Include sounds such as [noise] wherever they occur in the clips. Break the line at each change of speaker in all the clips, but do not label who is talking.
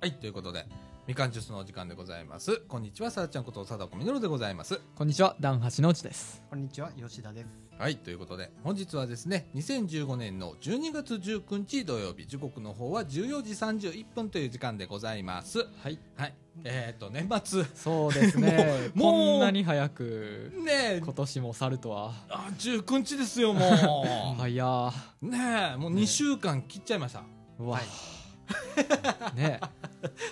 はい、ということで、みかんジュースのお時間でございます。こんにちは、さらちゃんこと、さだこみのるでございます。
こんにちは、ダン橋のうちです。
こんにちは、吉田です。
はい、ということで、本日はですね、2015年の12月19日土曜日、時刻の方は14時31分という時間でございます。
はい、
はい、えっ、ー、と、年末、。
そうですね [laughs]
もうもう
こんなに早く、
ねえ、
今年も去るとは。
あ19日ですよ、
[laughs]
も
早や
う。ねえ、もう2週間切っちゃいました。
うわ。 [laughs] ね、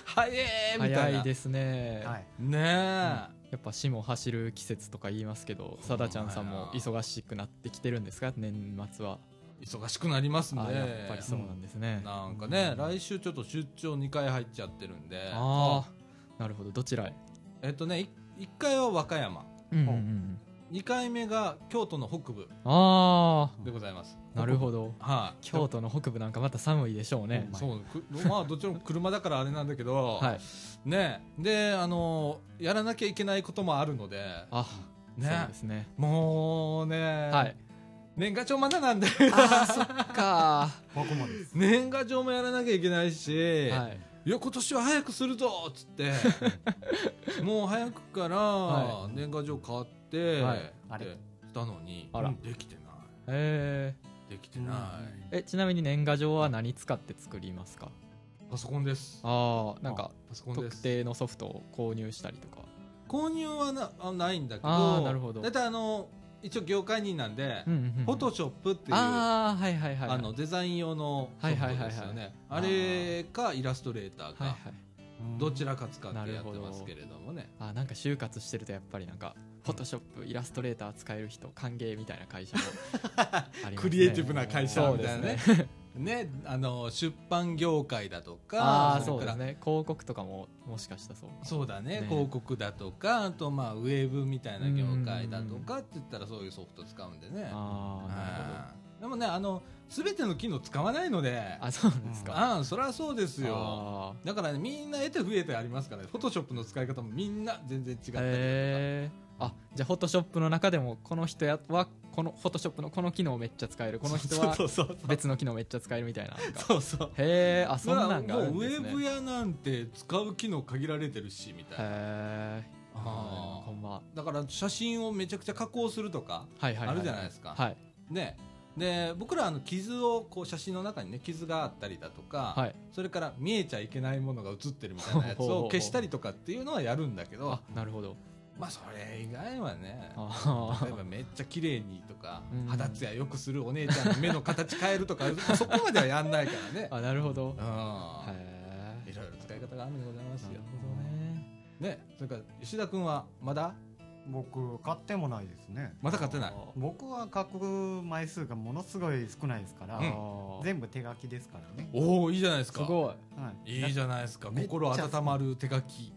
早えみたいな。
早いですね。
はい。
ねえ、
やっぱ死も走る季節とか言いますけど、さだちゃんさんも忙しくなってきてるんですか、年末は。
忙しくなりますね。
あ、やっぱりそうなんですね。
なんかね、
うん
来週ちょっと出張2回入っちゃってるんで。
ああ、なるほど、どちらへ。
えっとね、1回は和歌山、
うんうんうん
2回目が京都の北部
あ
でございます。
あ、なるほど。
はい、
京都の北部なんかまた寒いでしょうね。
そうく [laughs] まあどっちも車だからあれなんだけど、
はい。
ねであのやらなきゃいけないこともあるので
あ、そう
ね
ですね。
もうね、
はい。
年賀状まだなんで
あーそっか
僕もです。
[laughs] 年賀状もやらなきゃいけないし、
ー。はい。
いや今年は早くするぞっつ
[laughs]
ってもう早くから
は
年賀状買って、
はい
で
あれ
したのに
あら
できてない
え
できてない、
ー、えちなみに年賀状は何使って作りますか
パソコンです
ああなんか
パソコンで
特
す
定のソフトを購入したりとか
購入はなあないんだけ
あ
ど
ーなるほど
だいたいあの一応業界人なんで、
うんうんうん
フォトショップっていうあ
ああはいはいはいはい
のデザイン用のソ
はい
フ
はい
ト
はいはい
ですよねあれかイラストレーター
はいは
か
い
どちらか使ってや
な
っ
るほ
て
ど
ますけれどもね
あーなんか就活してるとやっぱりなんかフォトショップイラストレーター使える人歓迎みたいな会社もあ [laughs] りますね
クリエイティブな会社
そう
み
で
た
す
いなね [laughs]
ね
ねあの出版業界だとか
ああそう
れ
で
か
す
ら
ね広告とかももしかしたらそう
そうだね
ね
広告だとかあとまあウェブみたいな業界だとかって言ったらそういうソフト使うんでね
ああなるほど
はいでもねあの全ての機能使わないので
あそうなんですか、
ああそりゃそうですよ
あ
だからねみんな得て増えてありますからねフォトショップの使い方もみんな全然違ったりだとか、
へえあじゃあフォトショップの中でもこの人やはこのフォトショップのこの機能めっちゃ使えるこの人は
そうそうそう
別の機能めっちゃ使えるみたいななんか
そうそう
へえあそんなんがあるん
もうウ
です、
ェ
ね、
ブやなんて使う機能限られてるしみたいな、
へえ
あー
こんばんは
だから写真をめちゃくちゃ加工するとか
はいはいはい
あるじゃないですか
はい
ねで僕らあの傷をこう写真の中にね傷があったりだとか、
はい
それから見えちゃいけないものが写ってるみたいなやつ
ほうほう
を
ほう
消したりとかっていうのはやるんだけど
あなるほど
まあそれ以外はね
あ
例えばめっちゃ綺麗にとか
うん
肌ツヤよくするお姉ちゃんの目の形変えるとかそこまではやんないからね
ー、あなるほど
うん
へ
い
え
ろいろ使い方があるんでございます
な
よ
る、ほどね
ね、それから吉田君はまだ
僕、買ってもないですね。
まだ買ってない
僕は書く枚数がものすごい少ないですから、
う
あ
ん
ー
全部手書きですからね。
おおいいじゃないです
す
か
ごい
は
い
い。
いじゃないですか
めっちゃ
心温まる手書き、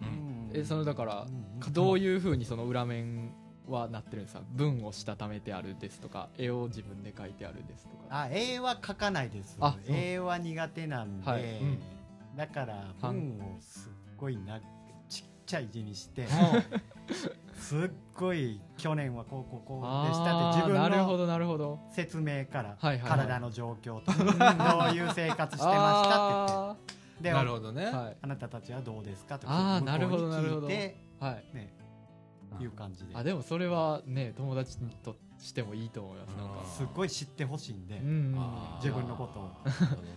う、
うんん
えそのだから
うん
どういうふうにその裏面はなってるんですか文をしたためてあるですとか絵を自分で描いてあるですとか
あ、絵は書かないです
あそう。
絵は苦手なん
はい
で
うん、
だから
はん
文をすっごいなちっちゃい字にして、
う
すっごい去年はこうこうこうでした
あ
っ
ー
て自分
なるほ
の
どなるほど
説明か
はい
ら、
はいはい
体の状況とかどういう生活してましたって
[laughs]
ん
言ってで
なるほどね、
あーはい
あなたたちはどうですかと
あ
か
ー
向こうに
なるほど
聞いて
はい
ね
うん
いう感じで
あでもそれはね友達にとしてもいいと思いますなんか
すっごい知ってほしいんで
うんうん
あー
自分のことを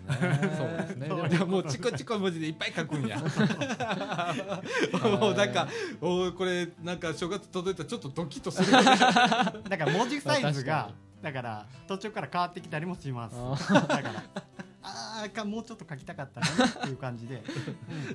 なるほどね
そうですね
そういやもうチコチコ文字でいっぱい書く
[laughs]
んやもうなんかおーこれなんか正月届いたらちょっとドキッと
[laughs]
する
だから文字サイ
確
ズが
か
だから途中から変わってきたりもしま
あ
すだからあーかもうちょっと書きたかったなっていう感じ
[laughs]
で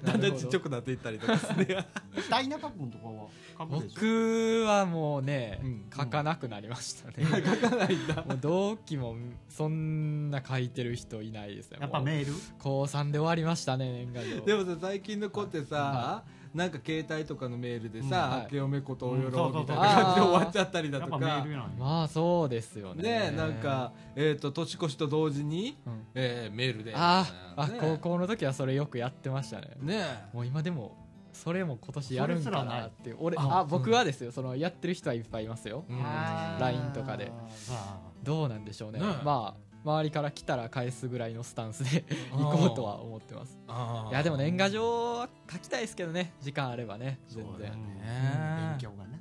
だんだんちっちゃくなっていったりとかするやん
ダイナパックのところは書くでしょ
僕はもうね
うん
書かなくなりました
[laughs]
ね書かないん [laughs] だもう同期もそんな書いてる人いないですね
やっぱ
もう
メール
高3で終わりましたね年賀状
でもさ最近の子ってさ、なんか携帯とかのメールで
うん
は
さ
い
「明けおめことおよろ
う」んそうそうそう
みたいな感じで終わっちゃったりだ
やっ
と
ぱメー
か
ルなんや
まあそうですよね
ねなんかえーと年越しと同時に
うん
えーメールで
あーあ
ね
高校の時はそれよくやってましたね
ね
もう今でもそれも今年やるんかなって俺
あ
あ僕はですよそのやってる人はいっぱいいますよ
うん
あー
ラインとかで
あー
どうなんでしょうね
ねえ
まあ周りから来たら返すぐらいのスタンスで [laughs] 行こうとは思ってます
あー
いやでも年賀状は書きたいですけどね時間あればね全
そうだ
然
よね
ね
勉強がね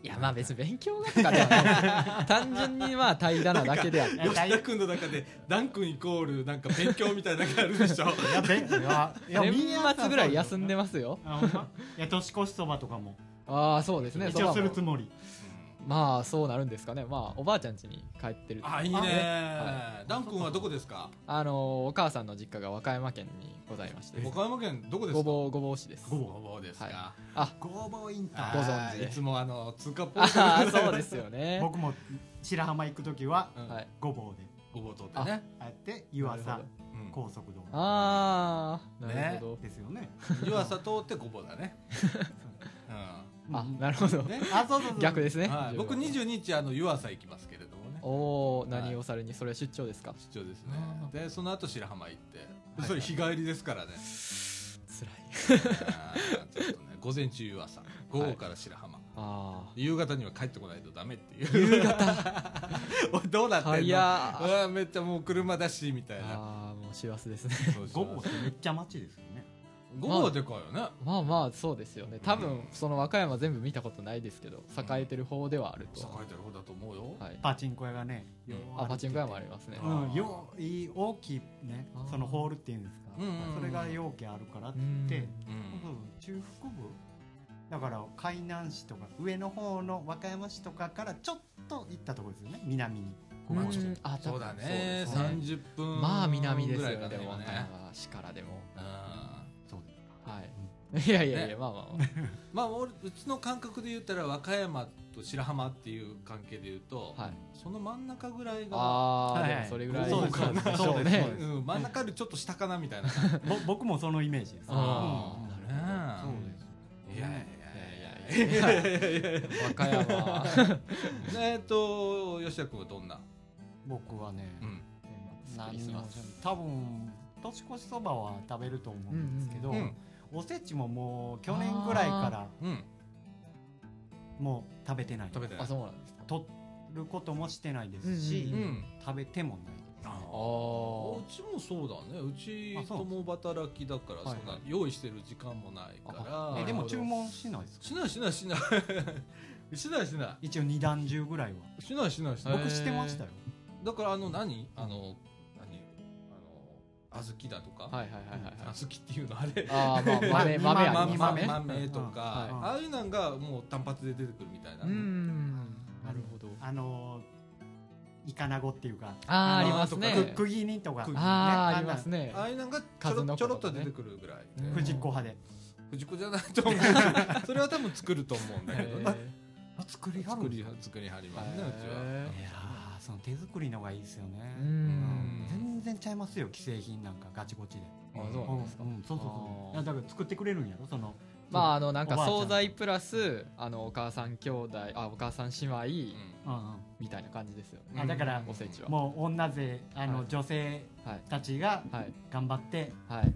いやまあ別に勉強がとかではない単純にまあ平らなだけであって
吉田君の中でダン君イコールなんか勉強みたいなのがあるでしょ
いや勉強いやいやみんなやっ
年
た
末ぐらい休んで
ま
ますよ
すいや年越しそばとかも
ああそうですね
一応する
そ
つ
ばも
もり
まあそうなるんですかねまあおばあちゃん家に帰ってる
あいいね
は
ダン君はどこですか
あのお母さんの実家が和歌山県にございまして
和歌山県どこですか
ごぼうごぼう市です
ごぼうごぼうですか、
はあ
ごぼうインタ
あ
ー
ご
ー
存知で
いつもあの通貨っぽい
ああそうですよね
僕も白浜行く時は
[laughs] うん
はい
ごぼうで
ごぼうとってね
ああやって湯
な
浅
るほ
うん
高速道路
ああなるほど、
ですよね
湯浅通ってごぼうだね、
あ
うん
なるほど、
うんね
あそうそうそう
逆ですね、
はい、僕
十
22日あの湯浅行きますけれどもね
おお何をされにそれは出張ですか
出張ですね
あ
でその後白浜行って
はい
それ日帰りですからね、
辛い
あーちょっとね午前中湯浅午後から白浜、
あ
夕方には帰ってこないとダメっていう夕方 [laughs] おいどうなっ
あ
てんのう [laughs]
早あ
わめっちゃもう車だしみたいな
あーもう師走ですね
そうそ
ご
う
ぼうってめっちゃ街ですよね
午後はでかいよね、
まあまあそうですよね多分その和歌山全部見たことないですけど栄えてる方ではあると、
栄えてる方だと思うよ、
はい、
パチンコ屋がね
うん
よう
あパチンコ屋もあ
る
りますね
うんよういい大きいね
あー
そのホールっていうんですか
うんうんうん
それが容器あるからっ
う
て
ん
言って
う
そうん中腹部だから海南市とか上の方の和歌山市とかからちょっと行ったところですよね南
う
に
ん
ここ
うんあ
そうだね
そうですね
30分
まあ南で
ぐ
す
ら
よ
いか
ねで
な
も
今
和
ね
歌山市からでも
うん
そうです
はいいやいやい
ね
やまあまあま
まあ俺うちの感覚で言ったら和歌山と白浜っていう関係で言うと、
あはい
その真ん中ぐらいが、
ああ
はい
で
はい
もそれぐらい
そうか
でしょう
そ
ね
うです
うん、真ん中よりちょっと下かなみたいな
ぼ [laughs] 僕もそのイメージです
あ
うん
ー
なるほどね
そうです
いやい
いやいやいや和歌山
やいやえっと吉田君はどんな、
僕はね
うん
何
クリ
に
ス
も
マス
多分年越しそばは食べると思うんですけど、
うん
おせちももう去年ぐらいから
うん、
もう食べてない
食べてない
あそうなんですか
取ることもしてないですし、
うん
うん
食べてもない
あ
あ
ー
ー
うちもそうだねうち
あそう
共働きだからそ
はい
んな用意してる時間もないか
あ
ら
え
な
で
るほ
も
ど
注文しないですか
しないしないしない [laughs] しないしな
一応二段重ぐらいはい
しないしないしない
僕してましたよ
だからあの何あの何あの小豆だとか
はいはいはいはいはい
小豆っていうのあれ
ああまあ豆
ま
豆
あま
あ
あ
豆
ります
豆
ね
まあ
豆と
はい
かああいうのがもう単発で出てくるみたいな
うんなるほど
あのイカナゴっていうか
あーあります
あ
ね
の
く釘にとか
釘
ああーあり
の
ますね
ああいうのがちょ
数
ろ
の
ちょ
子
ろ
と
っと
かね
出てくるぐらいで
うん
藤子派で
藤子じゃないと思う [laughs] それは多分作ると思うんだけどね
へ
作り
作り作りはりますねうちは。
え
いやーその手作りのがいいですよね
う
うん
ん
全然ちゃいますよ既製品なんかガチゴチで
あそうなんですか
うんうんそうそうそういやだから作ってくれるんやろその
まああのなん
おば
か
あちゃん
惣菜プラスあのお母さん兄弟あお母さん姉妹
うんうん
みたいな感じですよ
うん
ね
あだから
おせちは
もう女勢あの、
はい
女性
はい
たちが
はい
頑張って
はい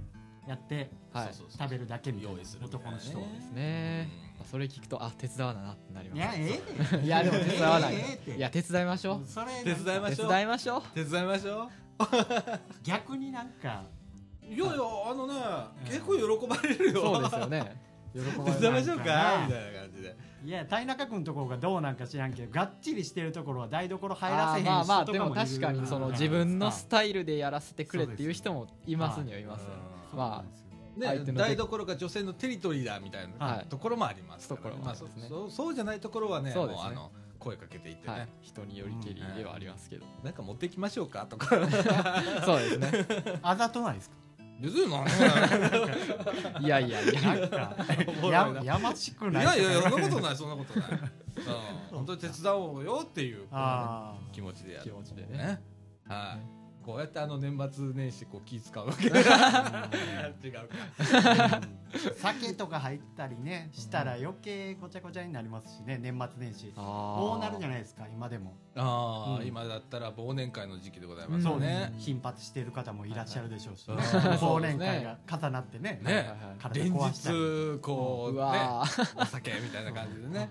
やって
はい
そうそうそう
食べるだけみたいな
用意するみたいな
男の人は
ね
ですね
うん
まあそれ聞くとあ手伝わななってなり
い
ま
や
す
え
いやでも手伝わない
ええええって
いや手伝いまし
え
ょ
それ
手伝いま
う
しょ
手
う
伝いましょう
手伝いましょ
逆になんか
ういやいやあのね
うん
結構喜ばれるよ
そうですよね喜ばれ
手伝い
ま
ますしょうかみ
なんか
たいな感じで
いや田中君のところがどうなんか知らんけどがっちりしてるところは台所入らせへんし
まあまあ
と
でも
いる
確かにその自分のスタイルでやらせてくれっていう人もいますにはいますよね
う
まあ
ね
相手の
台所が女性のテリトリーだみたい
は
ないところもありますからね
ところも
ま
あ
あ
り
そ
ますね
そうそうじゃないところはね
そ
も
う
う
ですね
あの声かけていって
はい
ね
人によりけりではありますけど
なんか持ってきましょうかとか
[laughs] そうですね
あざとないですか
別になんか
いやいやいや
なん
[laughs]
か
おもろい
や
な
やま [laughs] しく
い
ない
やいやそんなことないそんなことないうん本当に手伝おうよっていうこうね
ああ
気持ちでや
気
る
持ちでね
ねはいこうやってあの年末年始こう気使うわけ違うか
酒とか入ったりねしたら余計ごちゃごちゃになりますしね年末年始
こ
こうなるじ
ない
ゃないですか今でも
ああ、
うん
今だったら忘年会の時期でございます
そう
ね。
頻発している方もいらっしゃるでしょうし
はい
ね
はい
忘年会が重なってね
ね
体
連
壊したり
日こう
う
ね
わー。
お酒みたいな感じでね
[laughs]
ん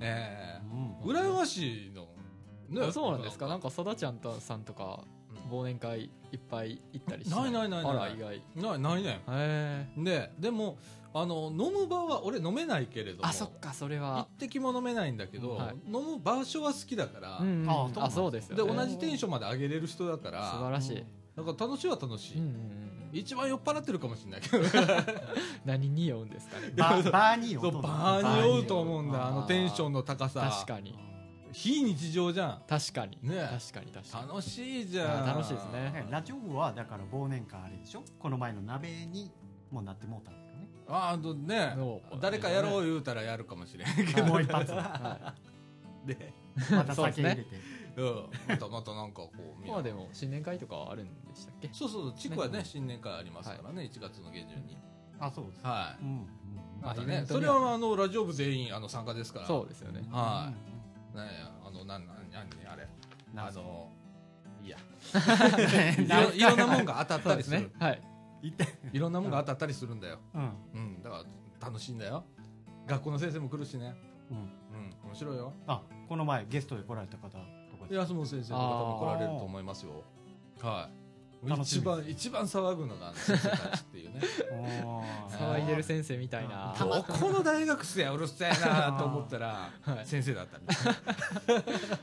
え
うん
え羨ましいの。
そうなんですかなんかさだちゃんとさんとか
うん
忘年会いっぱい行ったりし
ないないないない
あら意外へ
ないないね
え
んででもあの飲む場は俺飲めないけれども
あそっかそれ
一
は
滴も飲めないんだけど、
はい
飲む場所は好きだから、
うんうん
あそうなんだ
あそうですよ
で
ね
同じテンションまで上げれる人だか
素晴
ら
らしい、
なんか楽しいは楽しい、
うんうんうん
一番酔っ払ってるかもしれないけ
[laughs]
ど
何に酔うんですかね
バーバーに
そ
音
う
の
バーに酔うと思うんだ
あ
あ
ー
のテンションの高さ
確かに
非日常じゃん
確かに、
ね
確かに確かに
楽しいじゃん
あー楽しいですね
ねラジオ部はだから忘年会あれでしょこの前の鍋にもうなってもうたんですよね
ああとね
そう
誰かやろう言うたらやるかもしれん [laughs] け
もう一発ま
は
ど
た
そうです
酒
ね
入れて
うんまたまたなんかこう
い
みん
ま
な
あでも新年会とかはあるんでしたっけ
そうそう地区はね
ね
新年会ありますからね1月の下旬に
あそうです
は
う
い
んうん
あ
また
イベ
ね
ント
そ
に
れはあのラジオ部全員あの参加ですから
そうですよね
うん
は
うん
ねあのなんなんなんあれ
うん
あのいやい
な
ろいろんなもんが当たっ
そ
た
うで
りす
す
る
ねはい
言って
いろんなもんが当たったりするんだよ
うん
うんだから楽しいんだよ学校の先生も来るしね
うん
うん面白いよ
あこの前ゲストで来られた方とかです
安本先生も多分来られると思いますよはい
楽し
一
み
番一番騒ぐのがあの先生たちっていうね
おー
騒いでる先生みたいな
あー
どこの大学生やうるせえなと思ったら
はい
先生だったみたいな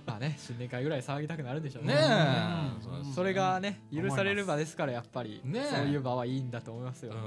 まあね新年会ぐらい騒ぎたくなるんでしょうね
ねえ
うん
う
それがね許される場ですからやっぱり、
ねえ
そういう場はいいんだと思いますよ、も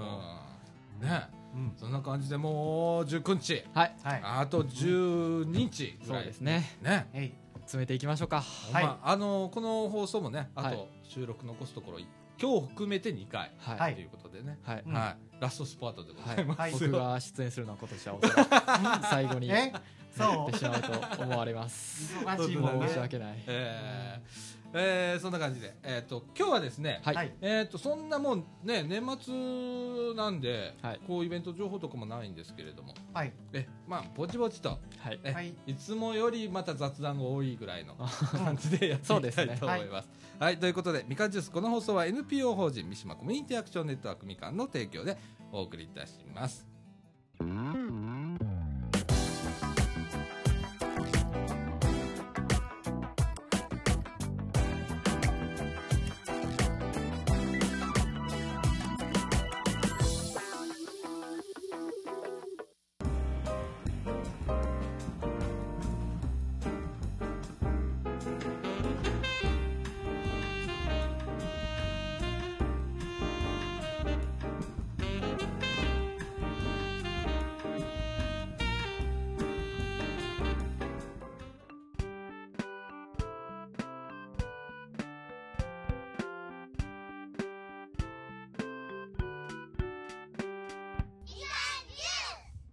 うんね
うん
そんな感じでもう19日
うはい
はい
あと12日ぐ
そ
ら
う
い
ですね
ね
えい
詰めていきましょうか
は
はいい
あのこの放送もねあ
はい
と収録残すところ今日含めて2回
はい
は
ということでね
はい、
うん
はいラストスパートでございます
はい
僕が出演するのは今年はおそら
[laughs]
く最後になっ
えそう
てしまうと思われます
忙しいもんね
申し訳ない
えーえーそんな感じで、えー、と今日はですね、
はい、
はい
えー、とそんなもんね年末なんで、
はい
こうイベント情報とかもないんですけれども
はい
えまあぼちぼちと
はい
え
はい
いつもよりまた雑談が多いぐらいの感じでやって
そ
いうき
で
た
す
い
ね
と思います。はい、ということでみかんジュースこの放送は NPO 法人三島コミュニティアクションネットワークみかんの提供でお送りいたします。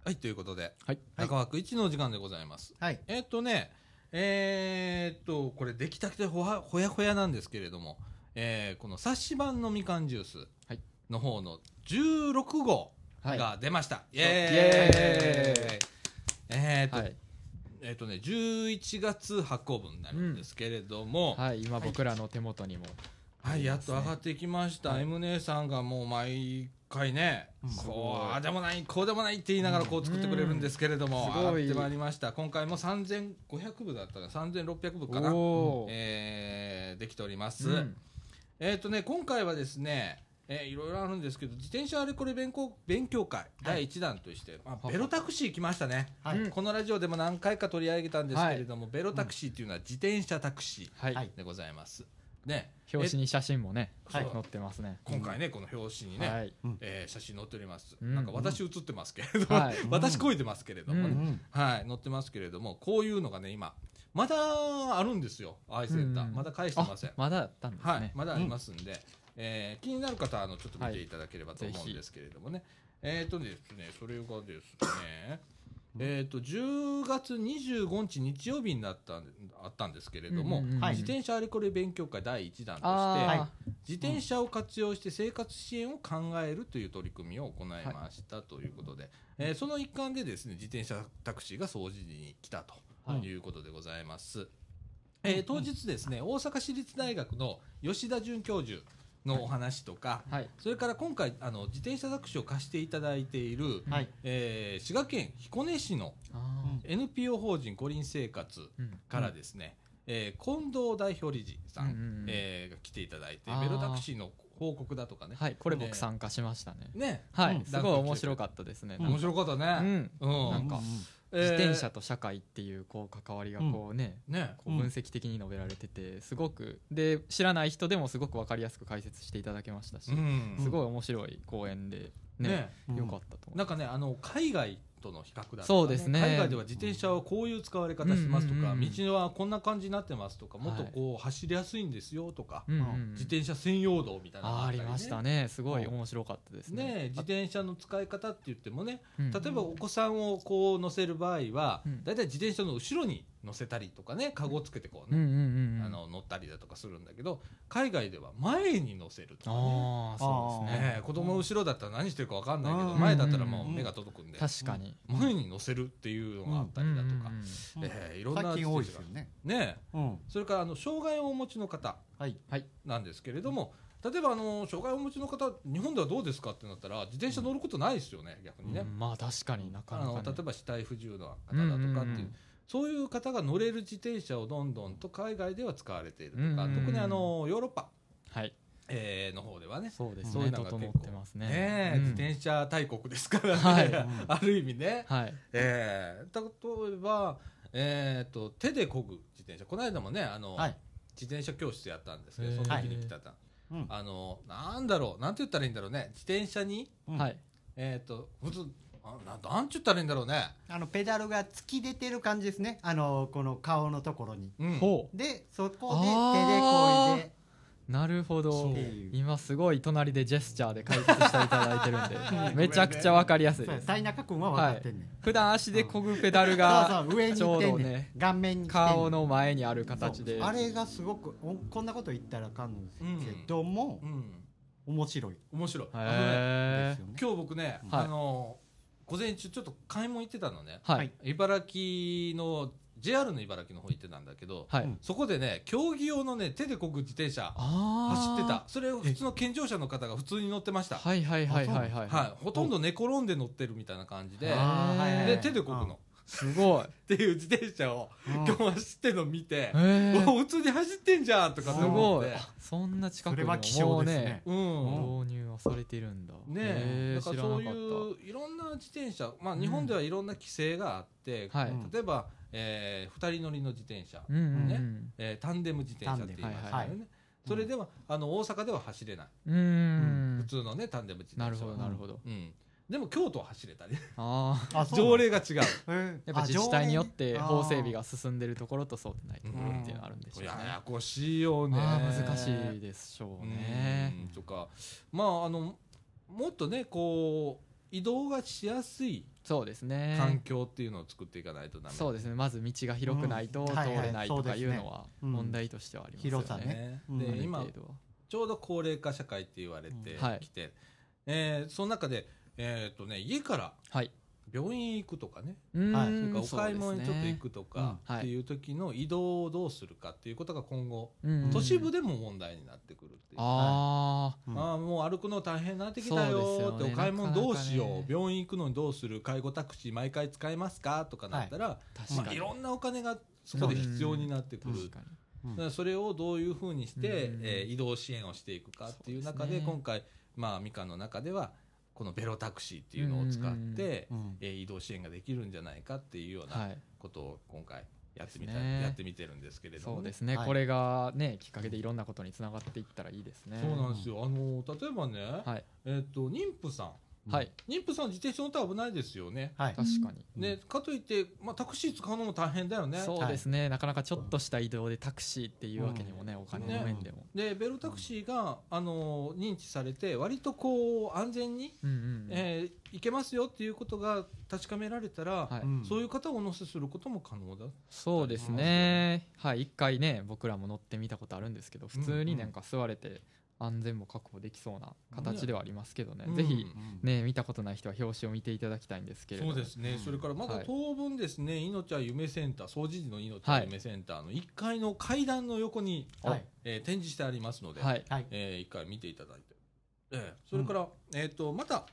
はいということで
はい
中枠一のお時間でございます。
はい
えっ、とね、えーっと、これ出来たてほはほやほやなんですけれども、えーこの冊子版のみかんジュース
はい
の方の16号
はい
が出ました。イエ
エ
ーイえーっと、
はい、
えーっとね、11月発行分になるんですけれども、
はい、今僕らの手元にも
はい、やっと上がってきました。
はい
M 姉さんがもう毎回ね、
うん
こうああでもない、こうでもないって言いながらこう作ってくれるんですけれども、
うんすごい
上がってまいりました。今回も3500部だったら3600部かな。
おお、
えーできております。
うん
えっ、とね、今回はですね、えーいろいろあるんですけど、自転車あれこれ勉強勉強会第1弾として、まあ、ベロタクシー来ましたね。
はい
このラジオでも何回か取り上げたんですけれども、ベロタクシーというのは自転車タクシ
はい、
はい
ーでございます。ね、
表紙に写真もね、
え
はい
そう
載ってますね。
今回ね、この表紙にね、
はい、
えー写真載っております。
うん
なんか私写ってますけれども、 [laughs]
はい
私こいてますけれども
う
ね、
ん
はい、載ってますけれども、こういうのがね、今、まだあるんですよ、アイセンター。
うん
まだ返して
あ
ません。
まだだったんですね。
はい、まだありますんで、えー気になる方はあのちょっと見ていただければと
はい
思うん
ぜひ
ですけれどもね、えっ、とですねそれがですねえっと10月25日日曜日になったんあったんですけれども、
うんうんうん
自転車あれこれ勉強会第1弾として、
あ
自転車を活用して生活支援を考えるという取り組みを行いましたということで、えーその一環でですね自転車タクシーが掃除に来たということでございます、えー当日ですね大阪市立大学の吉田准教授のお話とか、
あ、はい、
それから今回あの自転車タクシーを貸していただいている、
はい
えー滋賀県彦根市の
あ
NPO 法人五輪生活
ーうん
からですね、えー近藤代表理事さん、
うんうんうん
えーが来ていただいて
あー
ベロタクシーの報告だとかね、
はいこれ
ね
僕参加しましたね
ね
は
う
い
ん
すごい面白かったですね
うん
面白かった
う
ね、
ん
うん
なんか
えー
自転車と社会っていうこう関わりがこうね
ね
こう分析的に述べられててすごくで知らない人でもすごく分かりやすく解説していただけましたし
うん
すごい面白い講演で
ね
ねよか
っ
ったと思
ないんかねあの海外との比較だとか、
そうですね
海外では自転車はこういう使われ方しますとか、
うんうんうんうん
道はこんな感じになってますとかもっとこう走りやすいんですよとか、
うんうんうん
自転車専用道みたいなのが
あーあ
った
りましたねすごい面白かったです
ね
ね
自転車の使い方って言ってもね
例
例えばお子さんをこう乗せる場合は、
うん
だいたい自転車の後ろに乗せたりとかねカゴをつけてこう
うん
ね、
うんうん
あの乗ったりだとかするんだけど海外では前に乗せるとかね。
ああそうです
ね
ね
え子供後ろだったら何してるか分かんないけど、
うん
前だったらもう目が届くんで、
確かに
前に乗せるっていうのがあったりだとか、
うんうんうん
えーいろんな
最近多いです
自転
よね
車がね
うん
それからあの障害をお持ちの方
はい
なんですけれども、例えばあの障害をお持ちの方日本ではどうですかってなったら自転車乗ることないですよね、逆にね、
うんまあ確かになか
あ
なか
の
ね
例えば死体不自由の方だとかっていう、
うんうんうん
そういう方が乗れる自転車をどんどんと海外では使われていると
うんうん
か、
うん
特にあのヨーロッパ、
はい
えーの方ではね
そうです
そ
い
う
ね
うのが
整
結構
ってますね
ねえ
うん
自転車大国ですからね、
はい
うん
[laughs] ある意味ね、
はい
えー、例えば、えー、と手で漕ぐ自転車この間もねあの、
はい
自転車教室やったんですけど
へ
そ
ー
の時に来たた、
うん
あのなんだろうなんて言ったらいいんだろうね自転車に
うん
はい
えっ、と普通あななんて言ったらいいんだろうね、
あのペダルが突き出てる感じですねあのこの顔のところに
うん
ほ
でそこで手で
あ
こ
ー
いで
うなるほ
そう
ど
っていう
今すごい隣でジェスチャーで解説していただいてるんで
ん
めちゃくちゃわかりやすい
そう
です
田中君は分かってんねん
普段足で漕ぐペダルが
そうそう上に
ちょ
行
う
って
ど
んね
ね
ん顔面に来てんねん
顔の前にある形で
そうあれがすごくおこんなこと言ったらあかんのですけども
う、ん、
面白いで
面白い、あのね
へ
すよね、
今日僕ね、
はい
あの午前中ちょっと買い物行ってたのね
ーは
はいい
茨城の JR の茨城の方行ってたんだけど、
は
う
い
ん
そこでね競技用のね手で漕ぐ自転車走
あ
ってた
ー
それを普通の健常者の方が普通に乗ってました、は
はいはいはいはい
い
は
ほとんど寝転んで乗ってるみたいな感じで
あーはいはい
で手でこぐの、っ
いすごい
ていう自転車を
うん
今日走ってるの見て、
へー
お普通に走ってんじゃんとかっ
す
て思っ
ごい
て
あそんな近
そ
く
れ
に
は希少
もう
です
ね
ね
うん
導入はされてるんだ
ね
へ
えだ
ー
か
知
らそ
らな
うい
かっ
ういろんな自転車、まあ、日本ではいろんな規制があって、
たはい
うん
例えば、え2人乗りの自転車、
うんうん
ねえータンデム自転車って言いますよね、
タン
デムはい
それではあの大阪では走れない、
うんうん
普通のねタンデム自
なる
転車
ほ
は
どなるほど
うん、でも京都は走れたり
ああ
あそう
条例が違う
えー
やっぱ自治体によって
あ
法整備が進んでるところとそうでないところっていうのがあるんでしょうね
ややこしいよね
あー難しいでしょうね
うんとかまああのもっとねこう移動がしやすい
そうですね
環境っていうのを作っていかないとダメ
そうですねまず道が広くないと
うん
通
はいはい
れないとかいうのは
うん
問題としてはありますよ
広さ
ね
ねうん
で
ある
今
程度は
ちょうど高齢化社会って言われて
うんはい
きて、えーその中でえっ、とね家から
はい
病院行くとかね、
うーん
はい
それからお買い物にちょっと行
そう
くとか
うんは
っ
い
ていう時の移動をどうするかっていうことが今後、
ですねうん
都市部でも問題になってくるっていう。
あ
うん
ああもう歩くの大変になってきた
そうです
よ
よ
っ
ね
てお買い物どうしよう
なかなかね
病院行くのにどうする介護タクシー毎回使えますかとかなったら、
あ
い
確
ま
か
あ、い
に
ろんなお金がそこで必要になってくる、
確かに
だからそれをどういうふうにして、
うん
えー移動支援をしていくかっていう中
そう
で
ですね
今回、まあ、みかんの中ではこのベロタクシーっていうのを使って、
うん
え
うん
ー移動支援ができるんじゃないかっていうよう
は
ないことを今回やってみた、
ですね
やってみてるんですけれど
そ
も
う
ね、
ですね、
はい
これがねきっかけでいろんなことにつながっていったらいいですね
そうなんですよあの例えばね、
はい
えっと妊婦さん
はい
妊婦さん自転車乗ったら危ないですよね。
はい
確かに、
ね、かといって、まあ、タクシー使うのも大変だよね。
そうですね、なかなかちょっとした移動でタクシーっていうわけにもね、お金の面でも、
でベロタクシーが、あの認知されて割とこう安全に、
うんうんうん
えー行けますよっていうことが確かめられたら、
はい
うん
そういう方をお乗せすることも可能だ。
そうですね、はい、一回ね、僕らも乗ってみたことあるんですけど、普通になんか座れて、安全も確保できそうな形ではありますけどね、
うん
ぜひ
うん
ね、見たことない人は表紙を見ていただきたいんですけれど
そ
も、
うですね、それからまだ
はい
当分ですね、いのちゃん夢センター、総除時のいのちゃん夢センターの1階の階段の横に、
はい
えー展示してありますので、
はい、
はい
えー、一回見ていただいて、ええそれから、えー、とまた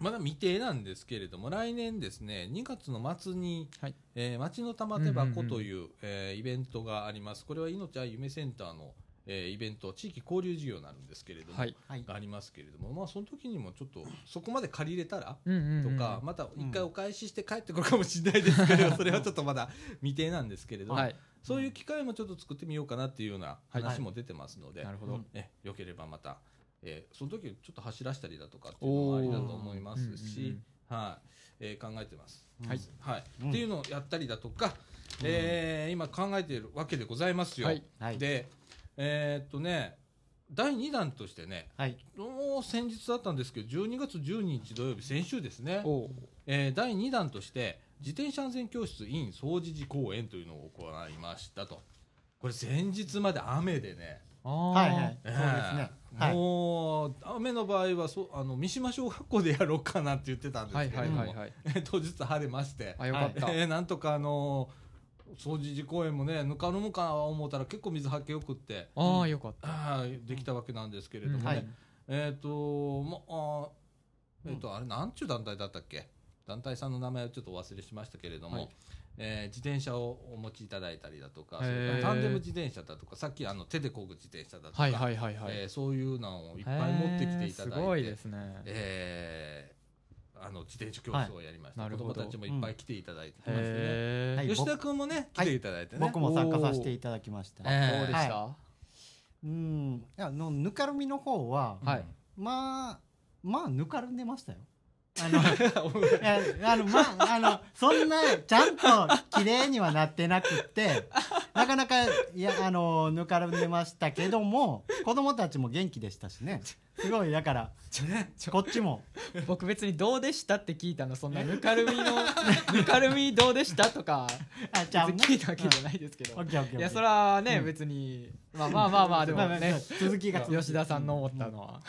まだ未定なんですけれども、来年ですね、2月の末に、
はい
えー町の玉手箱
うんうんうん
という、えーイベントがあります。これは命あ夢センターの、えーイベント、地域交流事業になるんですけれども、
はい
はい
がありますけれども、まあ、その時にもちょっと、そこまで借りれたら、
うんうんうん
とか、また一回お返しして帰ってくるかもしれないですけど、それはちょっとまだ未定なんですけれども、
はい
そういう機会もちょっと作ってみようかなっていうような
はい
話も出てますので、
なるほど、
うん
ね、よければまた、えーその時ちょっと走らしたりだとかっていうのもありだと思います
おーうんうん
し、はいえー考えてます。
はい
はい
うん
っていうのをやったりだとか、えー今考えているわけでございますよ。
はい
はい
で、えーっとね第2弾としてね
はい
もう先日だったんですけど12月12日土曜日先週ですね、
おう
えー第2弾として自転車安全教室 in 総除寺公園というのを行いましたとこれ前日まで雨でね
あー
はいはいそう
ええ
ですねはい
もう雨の場合はそうあの三島小学校でやろうかなって言ってたんで
は
す
い
けど
は
も
いはいはい
当日晴れまして、
あよかった、
えーなんとかあの総除寺公園もねぬかるむか思ったら結構水はけよくって
ああよかった、
あーできたわけなんですけれども
うん
ね、
はい
えっ、とまあえっ、
う
とあれなんちゅう団体だったっけ団体さんの名前をちょっとお忘れしましたけれども、
はい
えー自転車をお持ちいただいたりだとか
へ
そ
ー
れからタンデム自転車だとかさっきあの手で漕ぐ自転車だとか、
はいはいはいはい、
えーそういうのをいっぱい持ってきていただいて、
へーすごいですね
えーあの自転車教室をやりました、
はいなる
子
ほ
ど
ど
もたちもいっぱい来ていただいてますね、
へ
は
え
い
吉田君もね来ていただいてね、
僕も参加させていただきました
おーえー
どうでした、
うんあのぬかるみの方は
はい
うん
まあまあぬかるんでましたよあのいやあのまああのそんなちゃんと綺麗にはなってなくってなかなかいやあのぬかるんでましたけども子供たちも元気でしたしねすごいだからこっちも
僕別にどうでしたって聞いたのそんなぬかるみのぬかるみどうでしたとか
あち
別
ゃう
に
ね
聞いたわけじゃないですけど
オッケーオッケーオッケー
いやそれはね、
うん
別にまあまあまあまあでも
まあ
ね
まあ続きが
吉田さんの思ったのは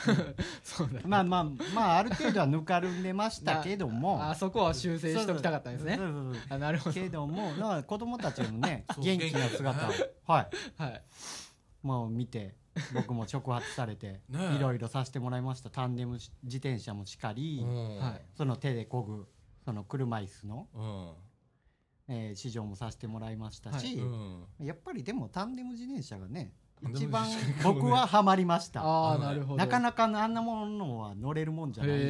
そうだね
まあまあまあある程度はぬかるんでましたけども
あそこは修正しておきたかったんですね
そうそうそう
あなるほど
けどもだから子供たちもね
そう
元気な姿を
元気
はい
はい
もう見て僕も触発されて
ねえ
いろいろさせてもらいましたタンデム自転車もしかり、
うん
[laughs] はい
その手で漕ぐその車椅子の、
うん
えー試乗もさせてもらいましたし、
うん
やっぱりでもタンデム自転車がね
タンデム
一
自
番
転車
僕はハマりました
ああ
あの
なるほど
なか
か
なかあんなものは乗れるもんじゃないんで、
へ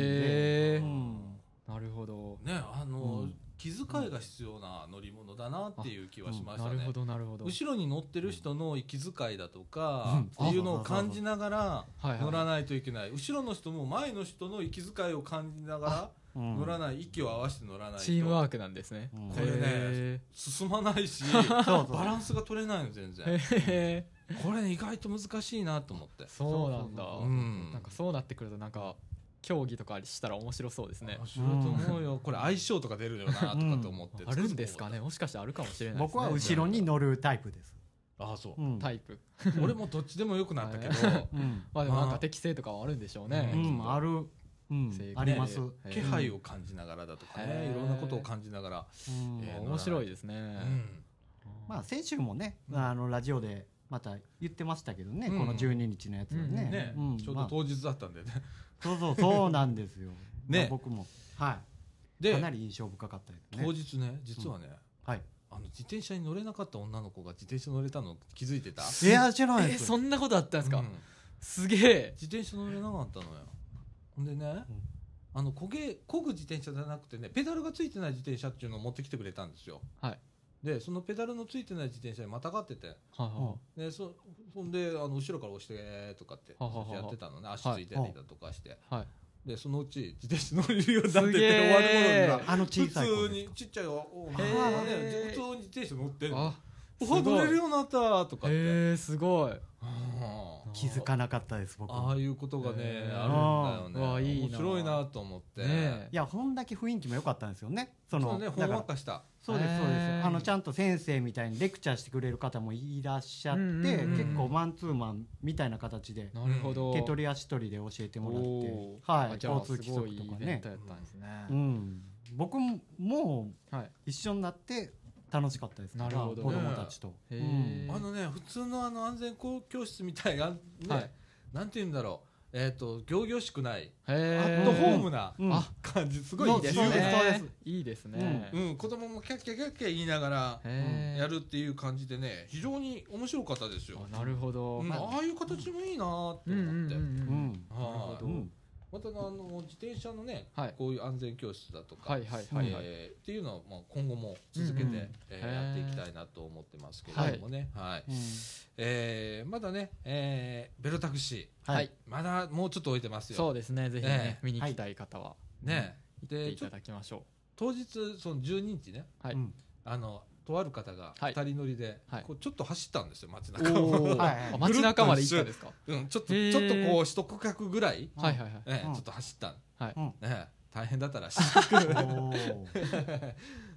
え
うん
なるほど
ねあの、
うん
気遣いが必要な乗り物だなっていう気はしました
な
ね、
るほどなるほど
後ろに乗ってる人の息遣いだとか、
うん
っていうのを感じながら
はいはい
乗らないといけない後ろの人も前の人の息遣いを感じなが
うん
ら乗らない息を合わせて乗らないと
チームワークなんですね
うん
これね
へ
進まない
[laughs]
し
そうそう
バランスが取れないの全然
えへ
これね意外と難しいなと思って
えそうなんだ
そう
そうそううん
なんかそうなってくるとなんか競技とかしたら面白そうですね
面白いと思うよ、これ相性とか出るよなとかと思って、
あるんですかねもしかしてあるかもしれないですね
僕は後ろに乗るタイプです、
ああそう
う、ん
タイプ
俺もどっちでもよくなったけど
うん
まあでもなんか適性とかはあるんでしょうね
う
うん、ある、うん
正、解
あります、
へえ
気配を感じながらだとか
へ
ね
ー
いろんなことを感じながら、
うん
えー
面白いですね
うん
まあ先週もね、
うん
あのラジオでまた言ってましたけどね、
うん
この12日のやつは
う
ね,、
ん
ね
うん
ちょう
ま
ど
あ
当日だったんでね
[laughs]
そうそうそうなんですよ、
ね
まあ僕もは
で
いかなり印象深かったですね
当日ね実はね、
はい
あの自転車に乗れなかった女の子が自転車乗れたの気づいてた
いや知らない
え
で
ー
す
そんなことあったんです
う
か
ん
すげえ
自転車乗れなかったのよほんでね、あのこげこぐ自転車じゃなくてねペダルがついてない自転車っていうのを持ってきてくれたんですよ
はい
でそのペダルのついてない自転車にまたがってて
はいは
でそそんであの後ろから押してとかって
はははは
やってたのね足ついてたりだとかして、
いはい
でそのうち自転車乗れるようになってて終
すげー
わる頃には
あの小
普
さい子
通
で
にちっちゃいおお
へー
まあまあね普通に自転車乗ってる
あ
おお
すごい
乗れるようになったとかって、
へえすごい
うん
気づかなかったです僕
あ
も
あいうことがね、
へー
あるんだ
う
よ
わ
ね
いい
面
な
白いなと思って、
ねえ
いやこんだけ雰囲気も良かったんですよねそ
そ
の
うねほ
だ
ん
か
わ
ら
かした
そうですそうで
へ
す
ー
あのちゃんと先生みたいにレクチャーしてくれる方もいらっしゃって、
うんうんうん
結構マンツーマンみたいな形で
なるほど
手取り足取りで教えてもら
おー
って、は
あ
い、
じゃあ
交通規則と
す
か
ごいイベン
ね
ト。やったんですね
うん、僕もも
はいう
一緒になって楽しかったですから、
なるほど
子供たちと。
へ
う
ー
ん
あのね普通のあの安全校教室みたいな、ね
はい
なんて言うんだろうえっ、と仰々しくないア
へ
ッ
ー
トホームな
うん
あ
感じすご
い
い
いです
自
そ
由
うそう
な、
で
ね
す
いいですね
うん、子供もキャッキャキャッキャ言いながら
へー
やるっていう感じでね非常に面白かったですよ、
あなるほど
うんああいう形もいいなーって
うんうん
思って、
う
うん
ん
は
なるほ
い
ど
またあの自転車のね、
はい
こういう安全教室だとか、
はいはいはいはい
えーっていうのはまあ今後も続けて、
うんうん
えーやっていきたいなと思ってますけれどもね、はいえーまだね、えーベロタクシー、
はい
まだもうちょっと置いてますよ。
そうですねぜひね
ええ
見に行きたい方は
ね
行っ
で
てい
ちょ
ただきましょ
当日その12日ね
はい [laughs]
うん
あのとある方が
はい
2人乗りで、
はい
こうちょっと走ったんですよ街
う
中を、
ーはいはい
あ街中まで行ったんですか
[laughs] うん、ちょっと
へー
ちょっとこう一区画ぐらい、
うん
はいはいはい
ええ
うん
ちょっと走った、
はい
うん
ね、大変だったら
[laughs]
しい
おー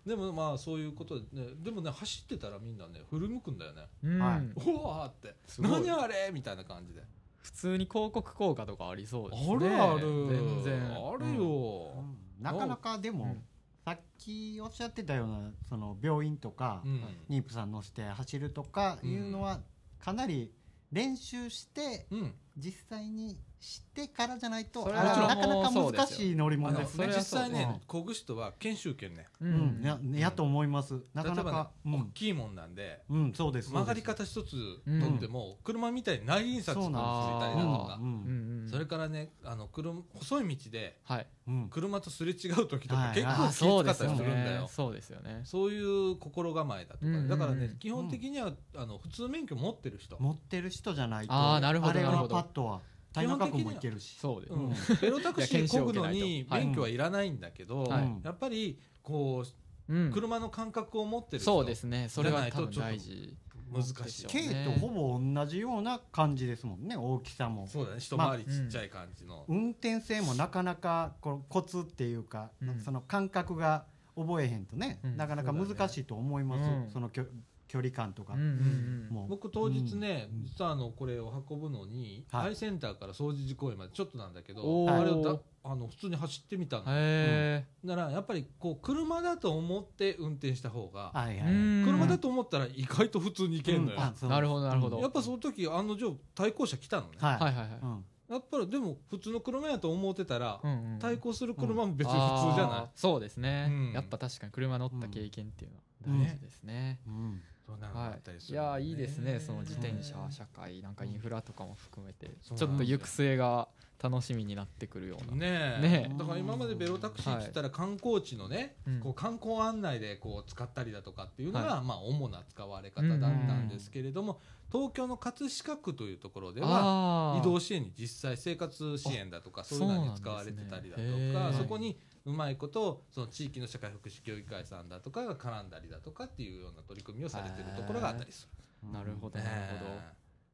でもまあそういうことで、ね、でもね走ってたらみんなね振り向くんだよね
うん
はい
おおって
すごい
何あれみたいな感じで
普通に広告効果とかありそうです
あ
ね
るある
全然
あるよ
うんなかなかで
う
も
ん
さっきおっしゃってたようなその病院とか
うん
妊婦さん乗せて走るとかいうのはかなり練習して
うん
実際にしてからじゃないと
そ
あ
れ
れ
は
はなか
もう
なか
そうですよ
難しい乗り
あ
物
の
です
それ
ね
は
実
そう
際ね小串とは研修券ね
う
うんややと思いますな
例
か
え
な
ば
か
ね
う
大
ん
きいもんなんで
うんそうです
曲がり
そう
方一つとっても車みたいに内輪差ついたりだと
そうなんですよ
か
です
う
うん
んうん
それからねあの車細い道で
はい
うんうん
車とすれ違う時とか
はい
結
あ
構
あ
気
そ
使
うで
った
す
り
よ
するんだ
ね
よ
そうですよね
そういう心構えだとか
うんうんう
ね
ん
だからね基本的にはあの普通免許持ってる人
持ってる人じゃないと
あーなるほど
あれ
なる
は
ほど
パッとは大中君もいけるし
そうです
うん
うん
ベロタクシ
いや研修
ー
を
こ
受
ぐ
けな
の
いと
に
はい
免許はいらないんだけど
はい
やっぱりこ
う
うん車の感覚を持ってる人
そうですねそれは多分大事
難しい
でしょう
軽とほぼ同じような感じですもんね大きさも
そうだね一回りちっちゃい感じの
運転性もなかなかこのコツっていうか、
うん
その感覚が覚えへんとね、
うん
なかなか難しいと思いま
そ
す、
う
そ
だねうん
のきょ距離感とか、
うんうんうん
もう
僕当日ね、
うん
実はあのこれを運ぶのに、
はい
愛センターから掃除時公園までちょっとなんだけど
おー
あれをだあの普通に走ってみたの、
へ
ならやっぱりこう車だと思って運転した方が、
はい
え
はい、
車
車
だと思ったら意外と普通に行けるのよ、
うんあそう
なるほどなるほど
やっぱその時案の定対向車来たのね、
はい、
はいはいはい
うん
やっぱりでも普通の車やと思ってたら、
うんうん
対抗する車も別に普通じゃない、
あーそうですね、
うん
やっぱ確かに車乗った経験っていう
う
の
ん
は大事ですね、
うん
そうなのがあ
は
ったり
い、
す
い
る
や
もん
ー
ね
いいですねその自転車社会なんかインフラとかも含めて
そう
ち
な
ょ
ん
っと
ですよ
行く末が楽しみになってくるような、
ねえ
ね
え
だから今までベロタクシーって言ったら観光地のね、
うん
こう観光案内でこう使ったりだとかっていうのが、
は
まあ、主な使われ方だったんですけれども、東京の葛飾区というところでは
あー
移動支援に実際生活支援だとかそういうのに使われてたりだと
そうなんですね
か
へ
そ,、
ー
こにうまいことその地域の社会福祉協議会さんだとかが絡んだりだとかっていうような取り組みをされてるところがあったりす
なるほど
る。
なる
ね
ほど、
え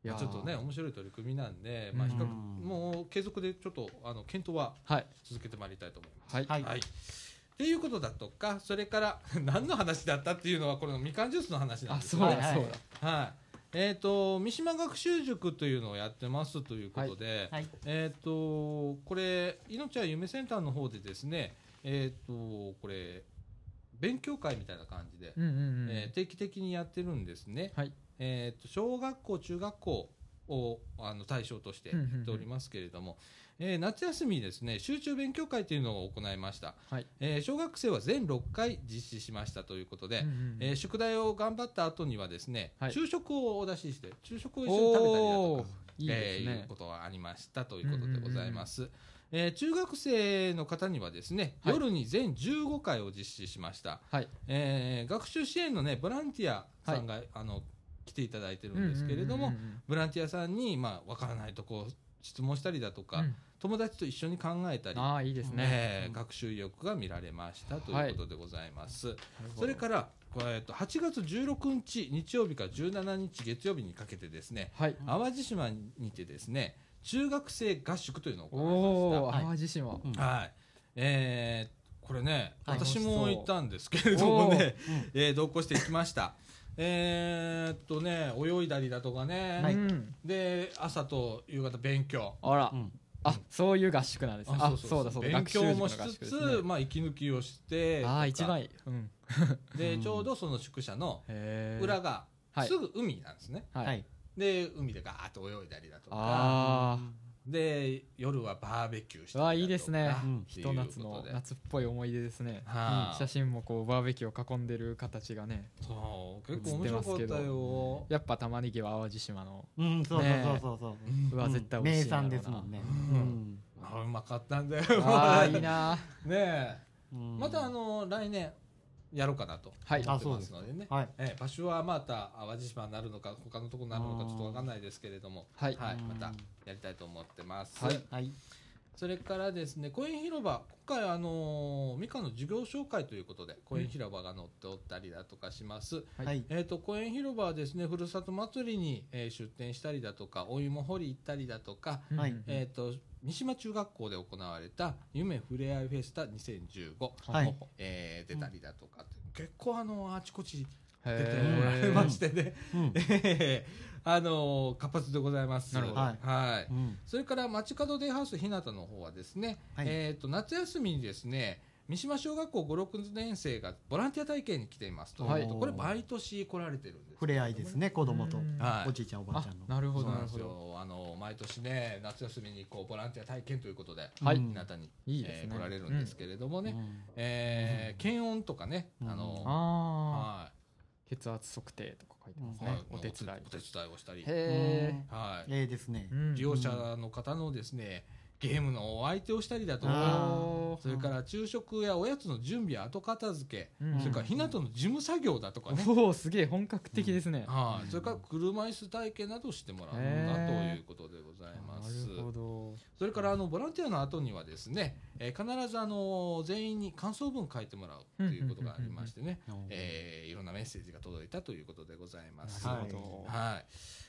いやー
ちょっとね面白い取り組みなんで、まあ、比較
うん
もう継続でちょっとあの検討は
はい
続けてまいりたいと思います。
はい、
はい
はい。っていうことだとか、それから [laughs] 何の話だったっていうのはこれのみかんジュースの話なん
あ
です
そ
よ
うだ、
はいはい
そうだ
はい。えっ、と三島学習塾というのをやってますということで、
はい
えっ、とこれいのちゃん夢センターの方でですね、えっ、とこれ勉強会みたいな感じで、
うんうんうん、
えー定期的にやってるんですね。
はい
えー、と小学校中学校をあの対象としてやっておりますけれども、えー夏休みにですね集中勉強会というのを行いました、
はい
えー小学生は全6回実施しましたということで、
うんうん
えー宿題を頑張った後にはですね、
はい
昼食をお出しして昼食を一緒に食べたりだと
お
か
ーいいです
えーい
ね
う、ことがありましたということでございます。えー中学生の方にはですね、
はい
夜に全15回を実施しました。
はい
えー学習支援のねボランティアさんが、あの来ていただいてるんですけれども、
うんうんうんうん
ボランティアさんにまあわからないとこう質問したりだとか、
うん
友達と一緒に考えたり、
ああいいですね、
えー
うん
学習意欲が見られましたと
は
い
い
うことでございます。
なるほど
それからこれえっと8月16日日曜日から17日月曜日にかけてですね、
はい
うん
淡路島にてですね中学生合宿というのを
お
行い
お
ま
ー
はい
淡路島、
うん
した。はい。えーこれね、
はい
私も行ったんですけれども
お
ね
ー、
うん
えー同行していきました。えーっとね、泳いだりだとかね、
はい
うん
で、朝と夕方勉強。
あら、
うん
あそういう合塾なんですねあそうだそうだ
勉強も
学
し
習塾の合
つ
宿で
つ、
すね
まあ、息抜きをしてとか
ああ一番いい、うん、
で、ちょうどその宿舎の
へえ
裏が、
はい
すぐ海なんですね。
はい、
はい
で、海でガーッと泳いだりだとか、
あ
うん
で夜はバーベキューしてみたりとか
わあいいですね
うん
ひと夏の
っていうことで
夏っぽい思い出ですね、
はあ
うん写真もこうバーベキューを囲んでる形がね
そう結構面白かっ
映って
た
ますけ
よ
やっぱ玉ねぎは淡路島の
うん、そうそうそうそうそう。
うわ絶対美味
名
しいんやろ
産
うな
ですもんね。
う
うんん
あうまかったんだよ
あ
[laughs]
ーいいな
ねえ
うん
またあの来年やろうかなと
はい
思ってますのでね
はい。
ええ場所はまた淡路島になるのか他のところになるのかちょっとわかんないですけれども
はい
はい
うん
またやりたいと思ってます、
はい
はい。
それからですね公園広場今回あのーみかんの授業紹介ということで公園広場が載っておったりだとかします、
はい
はい。
えー、と公園広場はですねふるさと祭りに、えー出店したりだとかお芋掘り行ったりだとか、
うん
はい
えー、と西間中学校で行われた「夢ふれあいフェスタ2015」
はい
えー出たりだとかって、結構あのあちこち
へ
出
ー
てもらいましてね、
うん。
[laughs] あの活発でございます。
なるほど
はい、
うん
それから街角デイハウス日向の方はですね、
はい
えー、と夏休みにですね三島小学校5、6年生がボランティア体験に来ていますと、
はい
これ毎年来られてるんです。
触れ合いですね、子供と
うん。
はい
おじいちゃん、おばあ
あ
ちゃんの。
なる
そ
ほ
う
ど
な
なんる
です
ほど
よ。あの毎年ね夏休みにこうボランティア体験ということで、
はい
う
日
ん
向に
いいで
え
すね
ー来られるんですけれどもね、
うん
えー検温とかね、
うん
あ
うん
の、
ああ
は
血圧測定とか書いてます
い
ね
はい、
お手伝い
お手伝いをしたり、
へ
はい、
ええですね
え、う。ん
利用者の方のですねゲームのお相手をしたりだとか。
あ
おー
それから昼食やおやつの準備や後片付け、
うん
それから日向の事務作業だとかね、
おおすげえ本格的ですね
はい、
うん
それから車椅子体験などをしてもらったと
へー
いうことでござい
な
ます。
るほど
それからあのボランティアの後にはですね、えー必ずあの全員に感想文書いてもらうということがありましてね、えーいろんなメッセージが届いたということでございます。
な
は
る
い、
ほど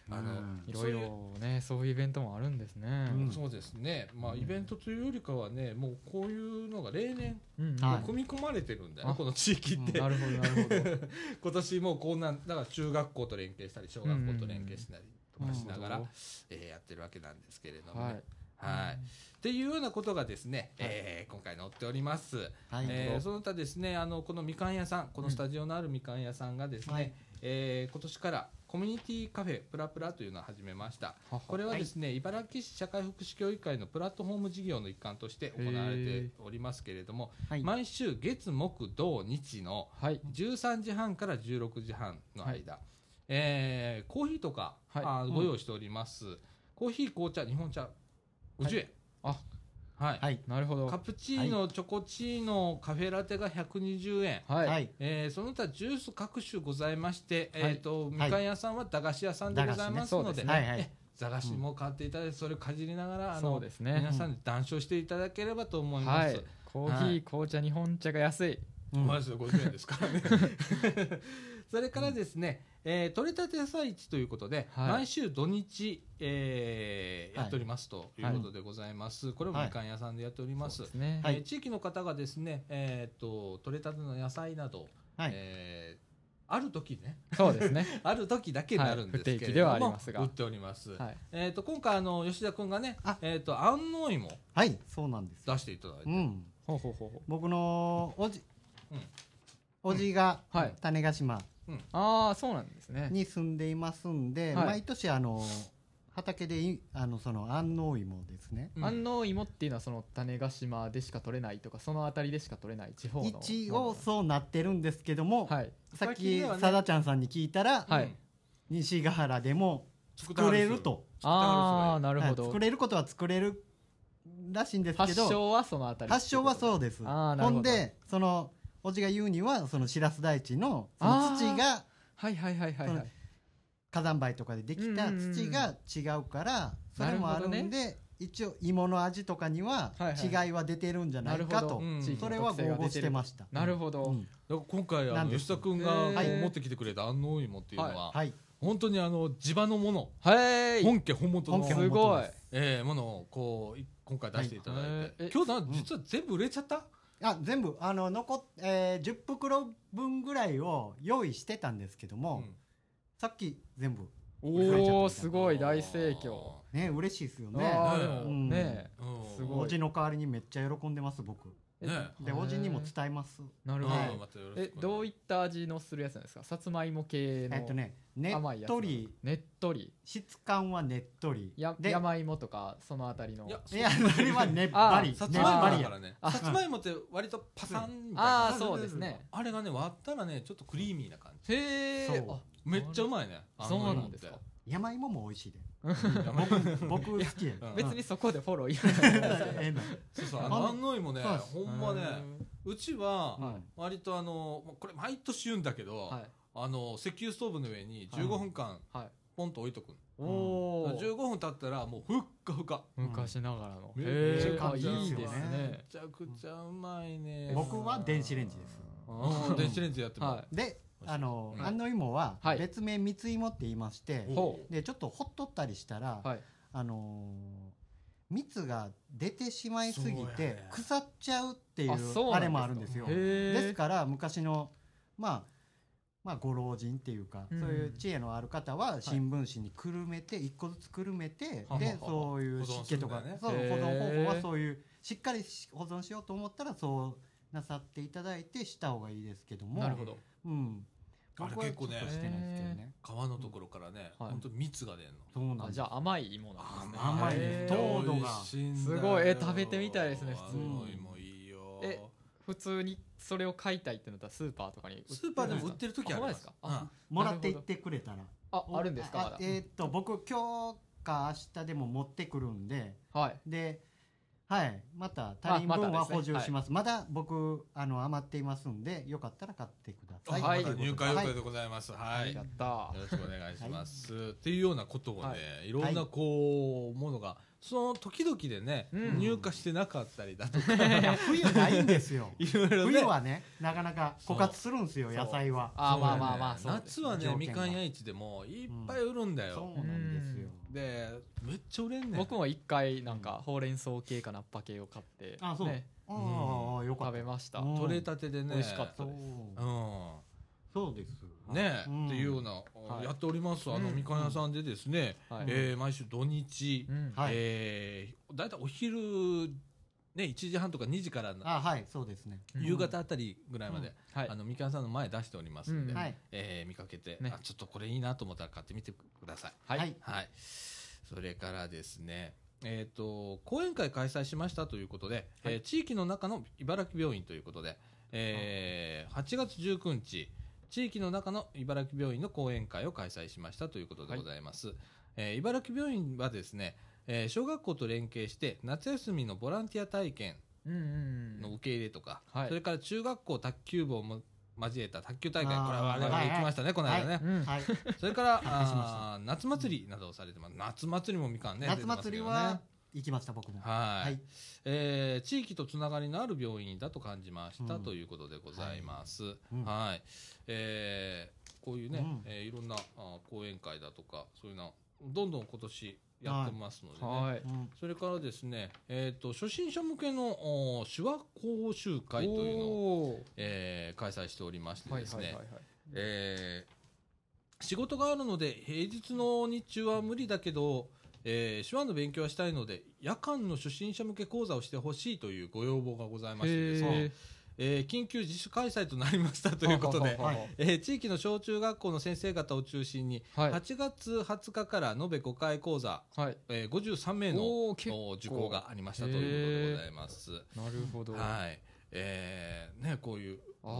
あの、
うん
いろいろねそういうイベントもあるんですね
うん
そうですね、まあ
うん
イベントというよりかはね、もうこういうのが例年
うん
はい
組み込まれてるんだよ、
あ
この地域って。
なるほどなるほど
今年もうこんなんだから中学校と連携したり小学校と連携したりとかしながら、
うん
えーやってるわけなんですけれどもね、
は
はいいっていうようなことがですね、えー今回載っております、
はい。
えーその他ですねあのこのみかん屋さんこのスタジオのあるみかん屋さんがですね、
はい
えー今年からコミュニティカフェプラプラというのを始めましたこれはですね、茨城市社会福祉協議会のプラットフォーム事業の一環として行われておりますけれども、
はい
毎週月木土日の
はい
13時半から16時半の間、えーコーヒーとか、
はい
あー
うん
ご用意しております、コーヒー紅茶日本茶50円
あ
はい、
はい。
なるほど
カプチーノ、チョコチーノカフェラテが120円、
は
はいい。
えーその他ジュース各種ございまして、
はい
えー、とみかん屋さんは駄菓子屋さんでございますの
駄菓子ねそう
で,
で
え、
す
駄
ね
はいはい。
菓子も買っていただいてそれをかじりながらあ
そう
の、
です
皆
ね
さんで談笑していただければと思いま
は
す、
いコーヒ
は
ー紅茶日本茶が安い
うん
マジで50円ですから
[laughs]
ね。それからですね、えー、取れたて朝市ということで、
はい
毎週土日、えー
はい
やっておりますということでございます。これもみかん屋さんでやっております。
そうですね
はい
えー地域の方がですね、えー、と取れたての野菜など、
はい。
えーある時ね、 [laughs]
そうですね
ある時だけになるんですけれども、
はい不定期ではありますが
売っております。
はい
えっ、と今回あの吉田君がね
あ、
えっ、と安納芋
はい。そうなんです。
出していただいて、
うん。
ほうほうほうほう
僕のおじ
うん、
おじが
うんはい
種子島
ああそうなんですね
に住んでいますんで、
はい
毎年あの畑でいあのその安納芋ですね。
うん
安納芋っていうのはその種子島でしか取れないとかその辺りでしか取れない地方の
一応そうなってるんですけども、
はい
さっ
最近
き
ではね
さだちゃんさんに聞いたら、
はい
うん
西ヶ原でも
作っては
作
んで
れ
すよ
ると
ああなる
は
ほ
い
ど
作れることは作れるらしいんですけ
発
ど発祥
祥はその辺り
は
う
そうです
あーなるほど
んでそのおじが言うにはその白洲台地のその土が
はいはいはいはいはい
火山灰とかでできた
うんうんうん
土が違うからそれもあるん
なる
で、
ほど
一応芋の味とかには
はいはい
違いは出てるんじゃないかと、
うん
地域
そ
の
れは
特性
豪
が
語
出
してて
る
ました
なるほど、
うん
だから今回あ
なん
の
です
吉田君が
へー
こう持ってきてくれた安納芋っていうのは、
はい
本当にあの地場のもの
はい
本家本元
本
の
家
す
本
ご
元
い
です
えーものをこうい今回出していただいて、
はいへーえ
今日な
うん
実は全部売れちゃった、
あ全部あの残っ、えー10袋分ぐらいを用意してたんですけども、
うん
さっき全部
おおすごい大盛況
ね嬉しいですよね
ああ
ね
でもね
うん
すごい
おじの代わりにめっちゃ喜んでます僕
ね
でおじにも伝えます
なる
うん
ほど、
はい
またよろし
え
くお
ど
願
うい
い
った味のするやつなんですかさつまいも系の
えっとねね
甘い
っ
やつな
と
の
り
ねっとり
質感はねっとり
や
で
山芋とかそのあたりの
いや
いやそれはねっぱり
さつ
ね
ま
っ
いも
ぱ
だか
りや
らね
あ
さつまいもって割とパサンみたいな
あーそうですね
あれがね割ったらねちょっとクリーミーな感じ
へえ
そう
めっちゃうまいね
そうなんですか
山芋も美味しいで
僕
僕好き
[laughs]
や
うん
別にそこでフォローい
え
らないですけど
えの
そうそうあの安納芋ね
そうです
[laughs] ほんまねうち
うん
は
はい
割とあのまあこれ毎年言うんだけど、
はい
あの石油ストーブの上に15分間
はい
ポンと置いとくん、
おお
15分経ったらもうふっかふか
昔ながらの
め
へ
め
え
ちゃ
あ
く
い
ちゃ
いです
め
ね
ちゃくちゃうまいね
うん僕は電子レンジです
うん電子レンジでやっても、
は
であの
はい
安納芋は
はい
別名三つ芋って言いまして
いほ
でちょっとほっとったりしたら
うはい
あのー蜜が出てしまいすぎ
そうや
て
ね
腐っちゃうっていう
あそうなんですか
あれもあるんですよ。
へえ
ですから昔のまあまあご老人っていうか、
うん
そういう知恵のある方は新聞紙にくるめて一個ずつくるめて、
ははは
でそういう
保存
湿
す
気
る
と
んだ
か、
よね
そう保
へえ
存方法はそういうしっかりし保存しようと思ったらそうなさっていただいてした方がいいですけども
なるほど
うん、
あれ
僕は
結構ね
ちょっとしてないですけどね。
皮のところからね、
うんはい
ほんと蜜が出んの
そうなん
あ
です
じゃあ甘い芋なんですね
甘いね
へえ
糖度が
美味しいんだよ
すごいえ食べてみたいですね普
通に
安納芋いいよ
え普通にそれを買いたいってなったらスーパーとかに
スーパーでも売ってる時ありま
るんですすか
うん
あ
[laughs] もらっていってくれたら。
ああるんですかま
あ
だ
えーっと僕今日か明日でも持ってくるんで
はい
ではいまた足りん
ま
分は
また
補
ですね
充します,、まだ僕あの余っていますんでよかったら買ってください、
は、
はいい
また入会予
はい
定でございます。はい。
や
よ
ったー
ろしくお願いします。っていうようなことをね
は、
いろんなこう、ものが、その時々でね、
うん
入荷してなかったりだと
[laughs]
か、
いや冬ないんです [laughs] よ
いろいろね。
冬はねなかなか
そう
枯渇するんですよ
そう
野菜は
あー
そうだ
ま
よ
あ
ね
まあまあそうで
夏
す
はね
条、
み
件が
かん屋市でもいっぱい売るんだよ。
そうなんですよ
で、めっちゃ売れんねん。
僕も一回なんかほうれん草系かナッパ系を買って
あそう
ね
ああ、よか
食
った
べました
うん
取れたてでね。
美味しかった
そう
です
うん。
そうです
ね
うん
っていうような、
い
やっております。あの、
うん
みかん屋さんでですね、
はい
えー毎週土日
う、ん
はい
えー、だいたいお昼、ね、1時半とか2時から
あはいそうですね
うん
夕方あたりぐらいまで、
はい
あのみかんさんの前出しておりますんで、
うん
はい
えー見かけて、
ね
あちょっとこれいいなと思ったら買ってみてください。
はい
はい
はい、それからですね、えー、と講演会開催しましたということで、
はい
えー地域の中の茨城病院ということで、えー8月19日地域の中の茨城病院の講演会を開催しましたということでございます、えー茨城病院はですね、えー小学校と連携して夏休みのボランティア体験
うんうんう
の
ん
受け入れとか、
はい
それから中学校卓球部をも交えた卓球大会
あー
これは我々行きましたね、この間ね、
うん
はい
それから
参加しました
あー夏祭りなどをされてます夏祭りもみかんね
夏祭り
出て
は
ます
行きました僕も
けどねはい、
はい
えー地域とつながりのある病院だと感じました、
うん
ということでございます、はい
うん
えーこういうね、
うん
えーいろんなあー講演会だとかそういうのどんどん今年やってますのでね、
はい
うん
それからですね、えー、と初心者向けのおー手話講習会というのを、
おー
えー開催しておりまして
はい
ですね、
はいはいはい
えー仕事があるので平日の日中は無理だけど、えー手話の勉強はしたいので夜間の初心者向け講座をしてほしいというご要望がございましてですね
へ
えー緊急自主開催となりました
ー
ということ
は
で
は。はは
えー地域の小中学校の先生方を中心に、
はい
8月20日から延べ5回講座、
はい
えー53名の
おー結構
お受講がありましたということでございます。
なるほど
はい。えーね、こういう
あ
あ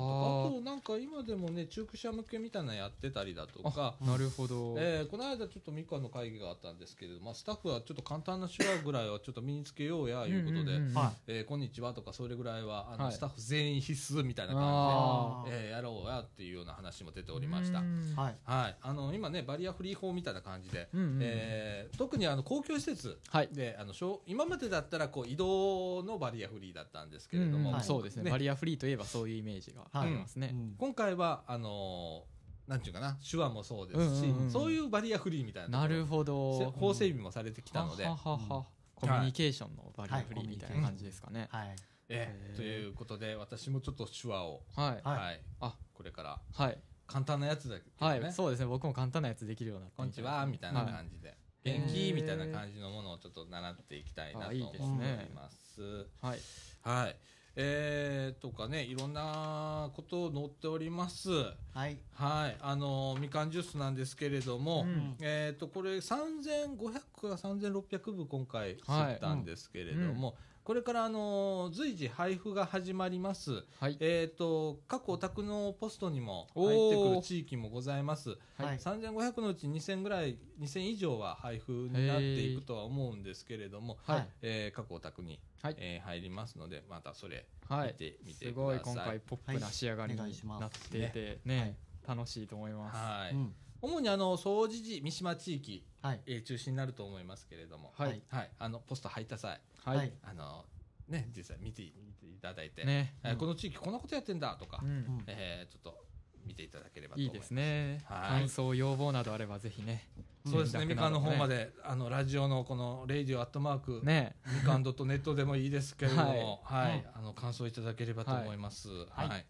ー
となんか今でもね中古車向けみたいなのやってたりだとか、
なるほど
えーこの間ちょっとみかんの会議があったんですけれども、まあ、スタッフはちょっと簡単な手話ぐらいはちょっと身につけようやいうことで「
うんうんうん
はい
えーこんにちは」とかそれぐらいはあの、
はい
スタッフ全員必須みたいな感
あ
じ
ー
で、えーやろうやっていうような話も出ておりました。
うん
はい
はい、あの今ねバリアフリー法みたいな感じで、
うんうん
えー特にあの公共施設
はい
であの小今までだったらこう移動のバリアフリーだったんですけれども、
うんうん
はい
そうですね
ね
バリアフリーといえばそういうイメージがありますね
うん
今回はあのーなんていうかな手話もそうですし、
うんうんうん
そういうバリアフリーみたいな
なる
ほ
ほど
法整備もされてきたので、
ははははコミュニケーションのバリアフリーみたいな感じですかね
はい
ええ
へー
ということで私もちょっと手話を、
はい
は
はいい
あ
これから
はい
簡単なやつだけど
は
ね、
いそうですね僕も簡単なやつできるようになって
こんにちはみたいな
じ
感じで、
い
元
へ
気
ー
みたいな感じのものをちょっと習っていきたいなと
あ
思
いい
い
ですね
ます。
はい
はい、えー、とかね、いろんなことを載っております。
はい。
はい。あの、みかんジュースなんですけれども、
うん
えー、とこれ3500から3600部今回知
はい
ったんですけれども、これから、あのー随時配布が始まります、
はい。
えー、と各お宅のポストにも入ってくる地域もございます
はい。
3500のうち2000ぐらい2000以上は配布になっていくとは思うんですけれども、
はい。
えー、各お宅に、
はい
えー入りますのでまたそれ
は
見
い。
てみて
す
く
ごい
だ
今
さい
回。ポップな仕上がりに
は
ないっ
お願いします
ててね、楽しいと思います。
は
う
い
ん
主にあの総除寺三島地域、
はい。
えー中心になると思いますけれども、
はい
はい
はい、あのポスト入った際
は
はいい。
あのね実際見てい見ていただいて、
ね。
えー
うん
この地域こんなことやってんだとか、
うん。
うん
えーちょっと見ていただければと
いい
思い
で
ます
すね。
はい
感想、要望などあればぜひね。
そうですね
うん
みかんの方まであのラジオのこの「レイディオアットマーク、
ね。
みかん .net」でもいいですけれども、はい
い
あの感想いただければと思います、はい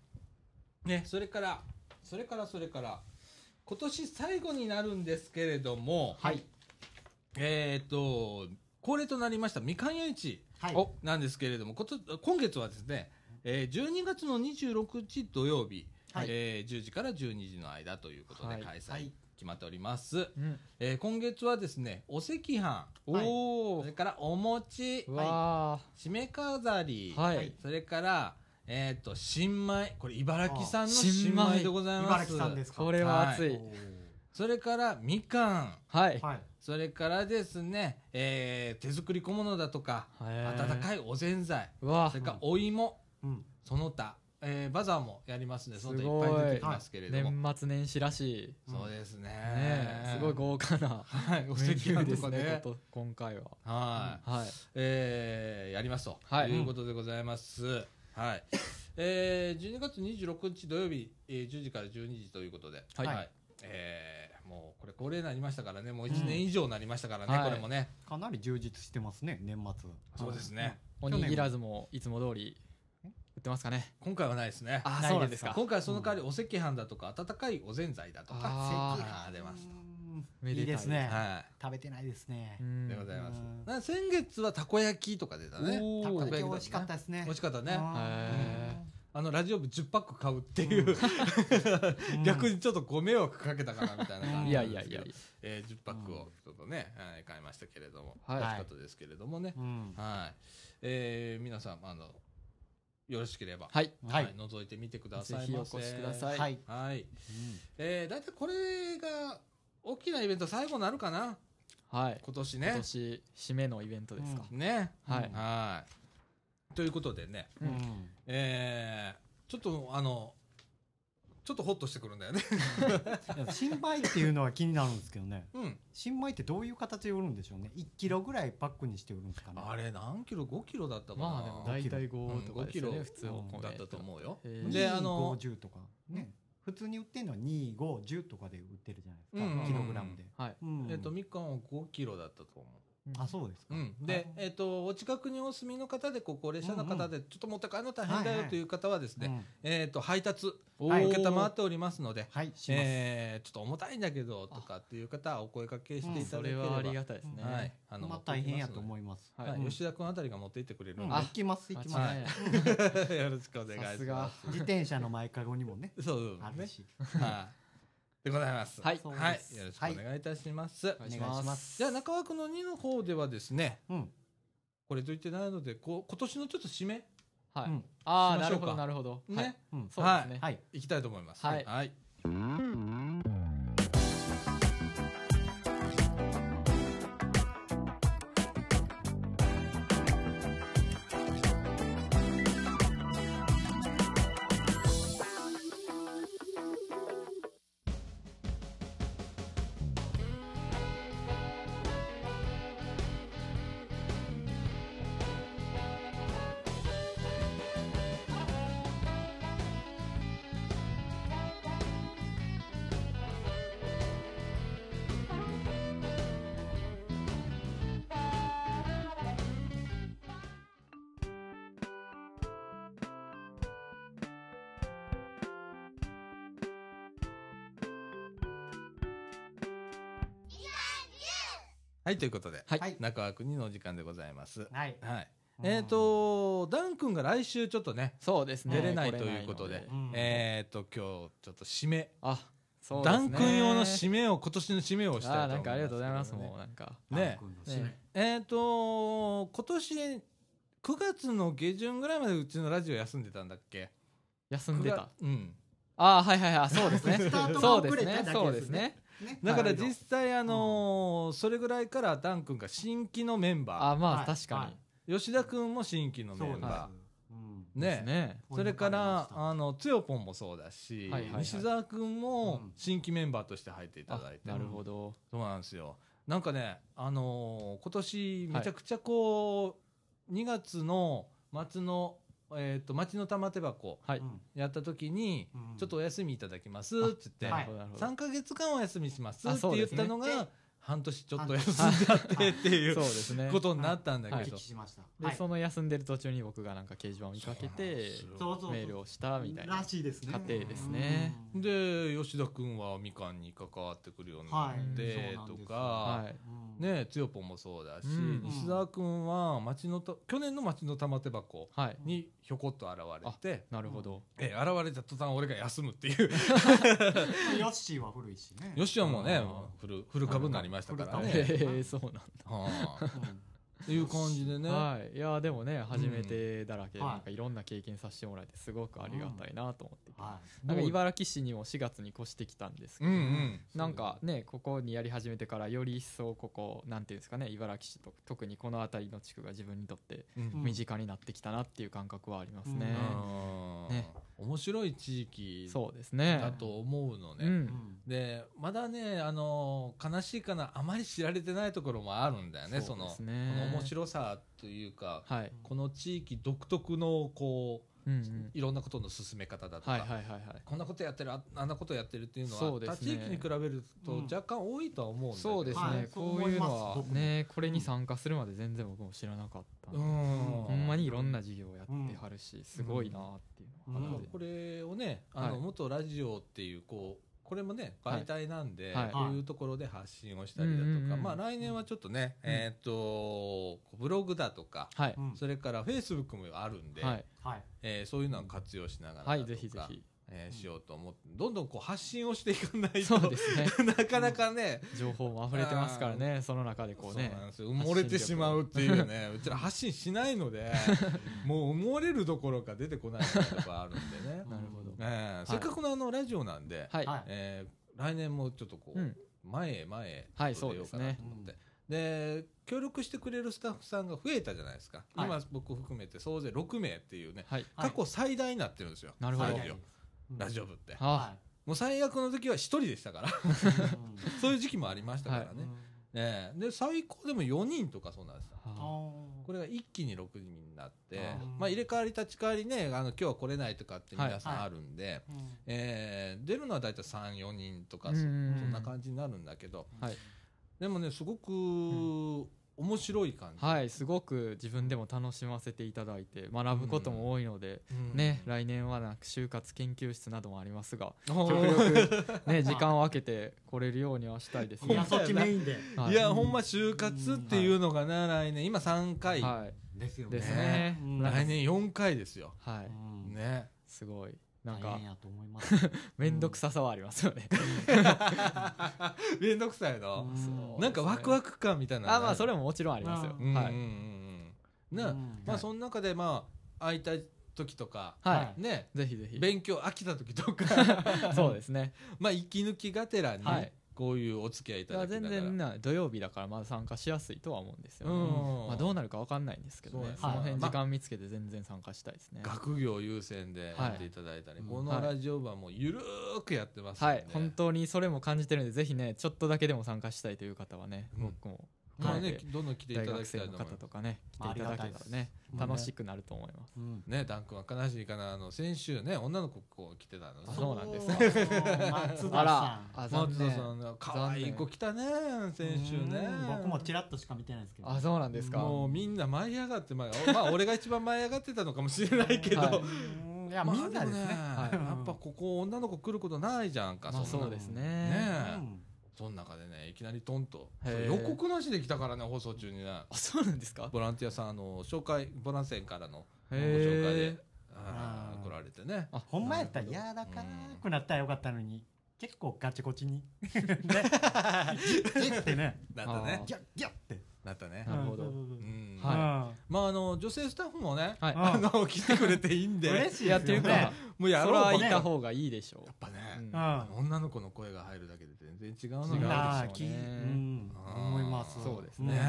い
ね、それからそれからそれから今年最後になるんですけれども、
はい。
えっ、と恒例となりましたみかん夜市
はい。
お
なんですけれども、こと今月はですね、えー12月の26日土曜日、
はい
えー10時から12時の間ということで
はい
開
は
催
い
決まっております。
うん。
えー今月はですね、お赤飯、
はい
お
そ
お
れ。からお餅、
わ
締め飾り、
あ。は
はいい。
それから、えっ、と、新米、これ茨城産の
あー
新米でございま
茨
す。
城さんですか。
これは熱
お
い。
ー
それからみかん、
はい。
はい。
それからですね、えー手作り小物だとか、
温
温かいおぜんざい、
い。わ
それからお芋、
うん。
その他、えーバザーもやりますので、その
す
他
ご
いっぱ
い
い出てきますけれども。
年末年始らし
末
そうですね
い。ね。すごい豪華な。
はい、お
お
赤飯
で
と
す
か
ね。
ね。
こと今回は。
はい、
はい。
えーやりますと、
はい
い、うことでございます。はい。えー、12月26日土曜日、えー10時から12時ということで、
はい
えーもうこれ恒例になりましたからね、もう1年以上になりましたからね、
はい
これもね。
かなり充実してますね、年末。
そうですね。
おにぎらずもいつも通り売ってますかね。
今回はないですね。
あ
ないです
そうなんですか。
今回はその代わりお赤飯だとか、温かいおぜんざいだと
あ
か、
ー
赤飯が出ますと。
うん。
めで
い
たい
いですね。
はい。
食べてないですね
う。ん
でございます
うん。
な先月はたこ焼きとか出たね。
おー
たこ焼き美味しかったですね。
美味しかったね。
へ
ね。
あの、ラジオ部10パック買うっていう、
うん
逆にちょっとご迷惑かけたかなみたいな感
い
じな
や
ん
い
で
や
す
い
け
や
ど。。えー10パックをちょっとね、はい買いましたけれども。
はい
美味しかったですけれどもね
う。ん。
はい。えー皆さん、あの、よろしければ、
はい。
は
はい
い。
覗いてみてくだ
ぜ
さい
ひお
ませ。
越しくだ
い。
さい。
はい。
はい。えー、だいたいこれが、大きなイベント最後になるかな
はい。
今年
今
ね。
年締めのイベントですか。
ね。
はい
うん
はい。ということでね、
うん
う
えー、ちょっとあの、ちょっとホッとしてくるんだよね。
うん新米っていうのは気になるんですけどね。
うん。
新米ってどういう形で売るんでしょうね。1キロぐらいパックにして売るんですかね。
あれ、何キロ ?5 キロだったかな。
まあでも大体5とかですよ
う
ね。
ん
普通の米
だったと思うよ。
へー
で、あの、
250とか。ね。普通に売ってるのは2、5、10とかで売ってるじゃないです
うんうんう
か。
ん
キログラムで。
はい。
うん
えっと、みかんは5キロだったと思
あ、そうです
う。
か。
うん。で、
あ
えっと、お近くにお住みの方で、こう高齢者の方で、ちょっと持って帰るの大変だ
はい
よ
はい
という方はです
う
ね、
ん
えっと、配達、
お
受
ー
けたまっておりますので、
はい、します。
えーちょっと重たいんだけど、とかっていう方はお声掛けしていた
そ
だけ
れ
れば。
はありがたいですね。
はい。あ
まあ大変やと
う。
思います。
はい
はい
うん
吉田君あたりが持って行ってくれる
うんん
で、
行きます、行きま
は
す。
い
間
[laughs]
違
よろしくお願いし
さすが
ます。
自転車の前かごにもね、
[laughs] そうそう
あ
ね
る。し。
はい。でございます。
はい
そう
は
で
い。
す
よろしく
はい
お願いいたします
お。
お
願
願
い
い
し
し
ま
ますす。
じゃあ中枠の2の方ではですね、
うん。
これと言ってないので、こう今年のちょっと締め
はい。
うん
しま
ああ、
し
な
ょ
る
う
ほ
か
ど、なるほど。はい
ね、
うん。
そうですね。
はい。
いきたいと思います。
はい
はい。はい、ということで、
はい
はい
中枠2のお時間でございます。
はい。
はい。えっ、と、ダン君が来週ちょっとね、
そうですね
出れないということで
来れないの
うん
えっ、と、今日ちょっと締め、
あそうです
ダ
ね
ン君用の締めを、今年の締めをしたいと
あ
思います、
なんかありがとうございますもうなんか
ね
パン君の締め
ね
えっ、と、今年9月の下旬ぐらいまでうちのラジオ休んでたんだっけ
休んでた
うん。
あーはいはいはいそ
[laughs]
うですね
スタートが
そう
遅
で
れ
すね
ただけですね
そうですね
ね
だから
はい
実際あのーそれぐらいからダン君が新規のメンバ
あまあ、
はい
確か
は
に
い
ー吉田君も新規の
そう
メ
で
ン
す、
バ
うん
ー
です
ね
ね
それから
ポイントがあ
あのつよぽんもそうだし、
はいはいはい
西澤君も
うん
新規メンバーとして入っていた
あ
だいて、
なるほど、
そうなんですよなんかねあのー今年
はい
めちゃくちゃこう、2月の末のえっ、と町の玉手箱
は
り
い
ました
やった時に、
うんうん
ちょっとお休みいただきますって言って、
なるほど
は
なるほど、
3か月間お休みしますっ
あ
て
そう
言
で
っ
すね
たのが
で
半年ちょっと休んじゃってってい
そう
う
ですね
ことになったんだ
お
け
聞
ど
きしました
で、
はい
その休んでる途中に僕がなんか掲示板を見かけて
そう
そうそうそう
メールをしたみたいな
らしいですね
過程ですね
うん
で吉田君はみかんに関わってくるようになって
はい
と
そ
か
はい
うん
ねつよぽんもそうだし
うん
西澤君は町のと去年の町の玉手箱
はい
にひょこっと現れて
なるほど、
えー現れた途端俺が休むっていう
ヨッシーは古いしね
吉田もね
うん
フルフル株になりましたから
うん
ね。
へえそう [laughs] なんだ
はあ
うん
っていう感じでね。
はい、いやでもね初めてだらけ、
はい
なんかいろんな経験させてもらえてすごくありがたいなと思っていて、
は
なんか茨城市にも4月に越してきたんですけ
うん
ど、
うん
なんかねここにやり始めてからより一層ここなんていうんですかね茨城市と特にこの辺りの地区が自分にとって
うん
身近になってきたなっていう感覚はありますね、
うん
ね
面白い地域
そうですね
だと思うのね。
うん
いうん
でまだね、あの悲しいかなあまり知られてないところもあるんだよねそ
そう
の
です
こ
ね
の面白さというか、
はい、
この地域独特のこ
うんう
う、
ん、
いろんなことの進め方だとか、
はいはいはいはい
こんなことやってるああんなことやってるっていうのは
そうです
他
ね
地域に比べると
うん
若干多いとは思うんだけど、
そうですね、
はいそう
こ
思
うい
いうます
のはねこれに参加するまで全然僕も知らなかったんで
うん、
ほんまにいろんな授業をやってはるし、すごいなっていうの
なん
は肌
か
で
これをねあの、
はい
元ラジオっていうこうこれもね
はい
媒体なんで、
はい
こういうところで発信をしたりだとか、
うんうんうん
まあ来年はちょっとね、
うん
えーっとブログだとか、
はい、
うん
それからフェイスブックもあるんで、
はい、
はい、
えーそういうのを活用しながらだとか、
はい、ぜひぜひ。
えーしようと思ってどんどんこう発信をしていかない
そ
と
うですね。
なかなかね、
情報も溢れてますからね、その中でこうね
そう。なんですよ埋もれてしまうっていうねうちら発信しないの
[laughs]
でもう埋もれるどころか出てこないとかあるんでね
[laughs] なるほど
えーせっかくのあのラジオなんで、
はい、
は
えー来年もちょっとこう、
うん
前へ前へ
はい
ちょっと出よかなと思って、で協力してくれるスタッフさんが増えたじゃないですか、
はい
今僕含めて総勢6名っていうね
はい、
は
過
い
去最大になってるんですよ、
なるほど
ラジ
最大
オ
ですうん
ラジオ部って
あ、
もう最悪の時は1人でしたから
う
そういう時期もありましたからね、
んうん
ねえで最高でも4人とかそうなんですよ
あ
は
ー
これが一気に6人になって
うん
まあ、入れ替わり立ち替わりねあの今日は来れないとかって皆さ
は
ん
い
あるんで、
うん
えー出るのは大体34人とか
うん
そ
うん
そ
うん
んな感じになるんだけど
はい
でもねすごく
ん
面白い感じ、
あはい、すごく自分でも楽しませていただいて、学ぶことも多いので。
うん
ね、来年はなんか就活研究室などもありますが、
お
極
ー [laughs]
力ね、時間を空けて来れるようにはしたいです
い
ね
や。そっちメインで
はい
いやほんま就活っていうのがな、来年今3回、
は
ですよ
い、
ね
ですね
う。ん
来年4回ですよ、
はい、
うん
ね
すごい、なん
大
か
変やと思います
面倒くささはありますよね。
めんどくさいの、
[laughs] そう
なんかワクワク感みたいなの
あま
な
あ
い
それももちろんあります
う
よ。
んうんうん
はい。
うん [laughs] ね
うん
ま
は
あ
い
その中でまあ会いたい時とか、
は
ね
い。ぜひぜ
[laughs]
ひ。
勉強飽きた時と
[laughs]
か
そうですね。
まあ息抜きがてらに
はい
こういうお付き合いいた
だか
だ
ら
きな
全
がら、
然みんな土曜日だからまだ参加しやすいとは思うんですよ
う
ね。
ん
まあどうなるかわかんないんですけど
そう
ね
で。す
その辺
まあ
時間見つけて全然参加したいですね。
学業優先でやっていただいたり、
はい
こ
う
の
ん
ラジオ版もゆるーくやってますんで、
はい、本当にそれも感じてるんで、ぜひね、ちょっとだけでも参加したいという方はね、
うん
僕も
当まあ
含め
ね
て、
どんどん来ていた
大
だ
学
きたい
生
と思
の
いま
方とかね、来
まあ
ていただけ
ありが
たら
たいで
ね
す、
楽しくなると思います。
うん
すねダン君は悲しいかなあの先週ね女の子こう来てたのね
あそうなんです
そ
よ
う松田さん
あら、あ、残
松田
念
さ。んが可愛い子来たね先週ね
うん僕もちらっとしか見てないですけど
あ、そうなんですか。
もうみんな舞い上がってまあ、おまあ、俺が一番舞い上がってたのかもしれないけど、
はい
うんいや
まあ
みんなですね
も
はい
やっぱここ女の子来ることないじゃんか、
まあ
そんな
そうですね。
ねえ
うん
その中でねいきなりトンと
へえ
予告なしで来たからね放送中にね
あそうなんですか
ボランティアさんあの紹介ボランティアからのご紹介
へ
で
え
あー
あー
来られてね
あ
ほんまやったら
なる
やだかーくなったらよかったのに結構ガチコチにねギュッてね
なったね
あ
ギュッギュッて
なったね
なるほど
うんそうそ
う
うそうん
はい
まああの女性スタッフもね
ほどは
あ
あの来てくれていいん
うん嬉し
で
いです
いい
よ
やっていうか
ね
もうや
それ
ろう
は
こ
い
れ
た
やっ
方がいいでしょ
ぱ
う
ね
ん
う
は
ん
女の子の声が入るだけで全然違うの
違うでしょうね
が
あーきうん思います
そうです
ね
ね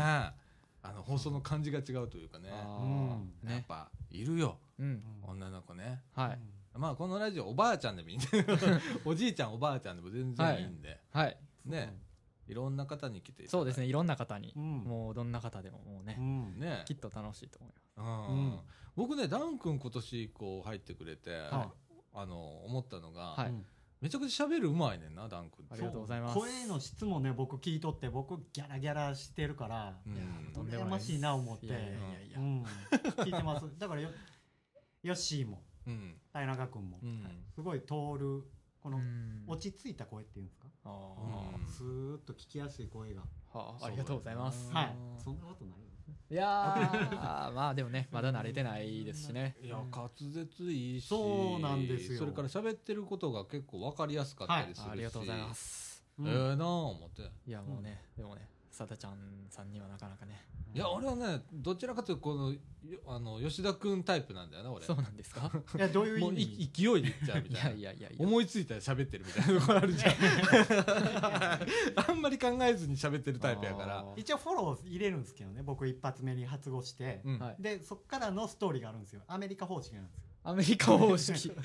あの放送の感じが違うというかね
あー
やっ
ね
ぱいるよ
うん
うん
女の子ね
はい
まあこのラジオおばあちゃんでもいいんで
[laughs]
おじいちゃんおばあちゃんでも全然いいんで
はい
ねいろんな方に来ていただいて
そうですねいろんな方に
うん
もうどんな方でももうね
うん
ね
きっと楽しいと思います
うん
うん
僕ねダウン君今年こう入ってくれて
は
あの思ったのが
はい
うん
めちゃくちゃ喋るうまいねんなダン君
あ
っ
り
て
がとうございます
声の質もね僕聞いとって僕ギャラギャラしてるから
うん
とんで
羨
も
ま
です
しいな思って
いやいやいやいや
うん聞いてますだからよヨッシーも
うん
平中君も
うん
すごい通るこの
うん
落ち着いた声っていうんですか
あ
うん
スーッと聞きやすい声が
ーはあありがとうございます
うん
はいそんなことない
いやーまあでもねまだ慣れてないですし
[laughs]
ね
いや滑舌いいし
そうなんですよ
それから喋ってることが結構分かりやすかったりするし
ありがとうございます
ええなあ思って
いやもうねでもねさだちゃんさんにはなかなかね
いや俺はねどちらかというとこのよあの吉田君タイプなんだよな俺
そうなんですか
いやどういう意
もうい
味
勢いでいっちゃうみ
い
たい
や
ない
やいやいや
思いついたら喋ってるみたいなと
[laughs]
こあるじゃん [laughs] あんまり考えずに喋ってるタイプやから
あー
一応フォロー入れるんですけどね僕一発目に発語して
うん
はい
でそっからのストーリーがあるんですよアメリカ方式なんですよ
アメリカ方式 [laughs]
術語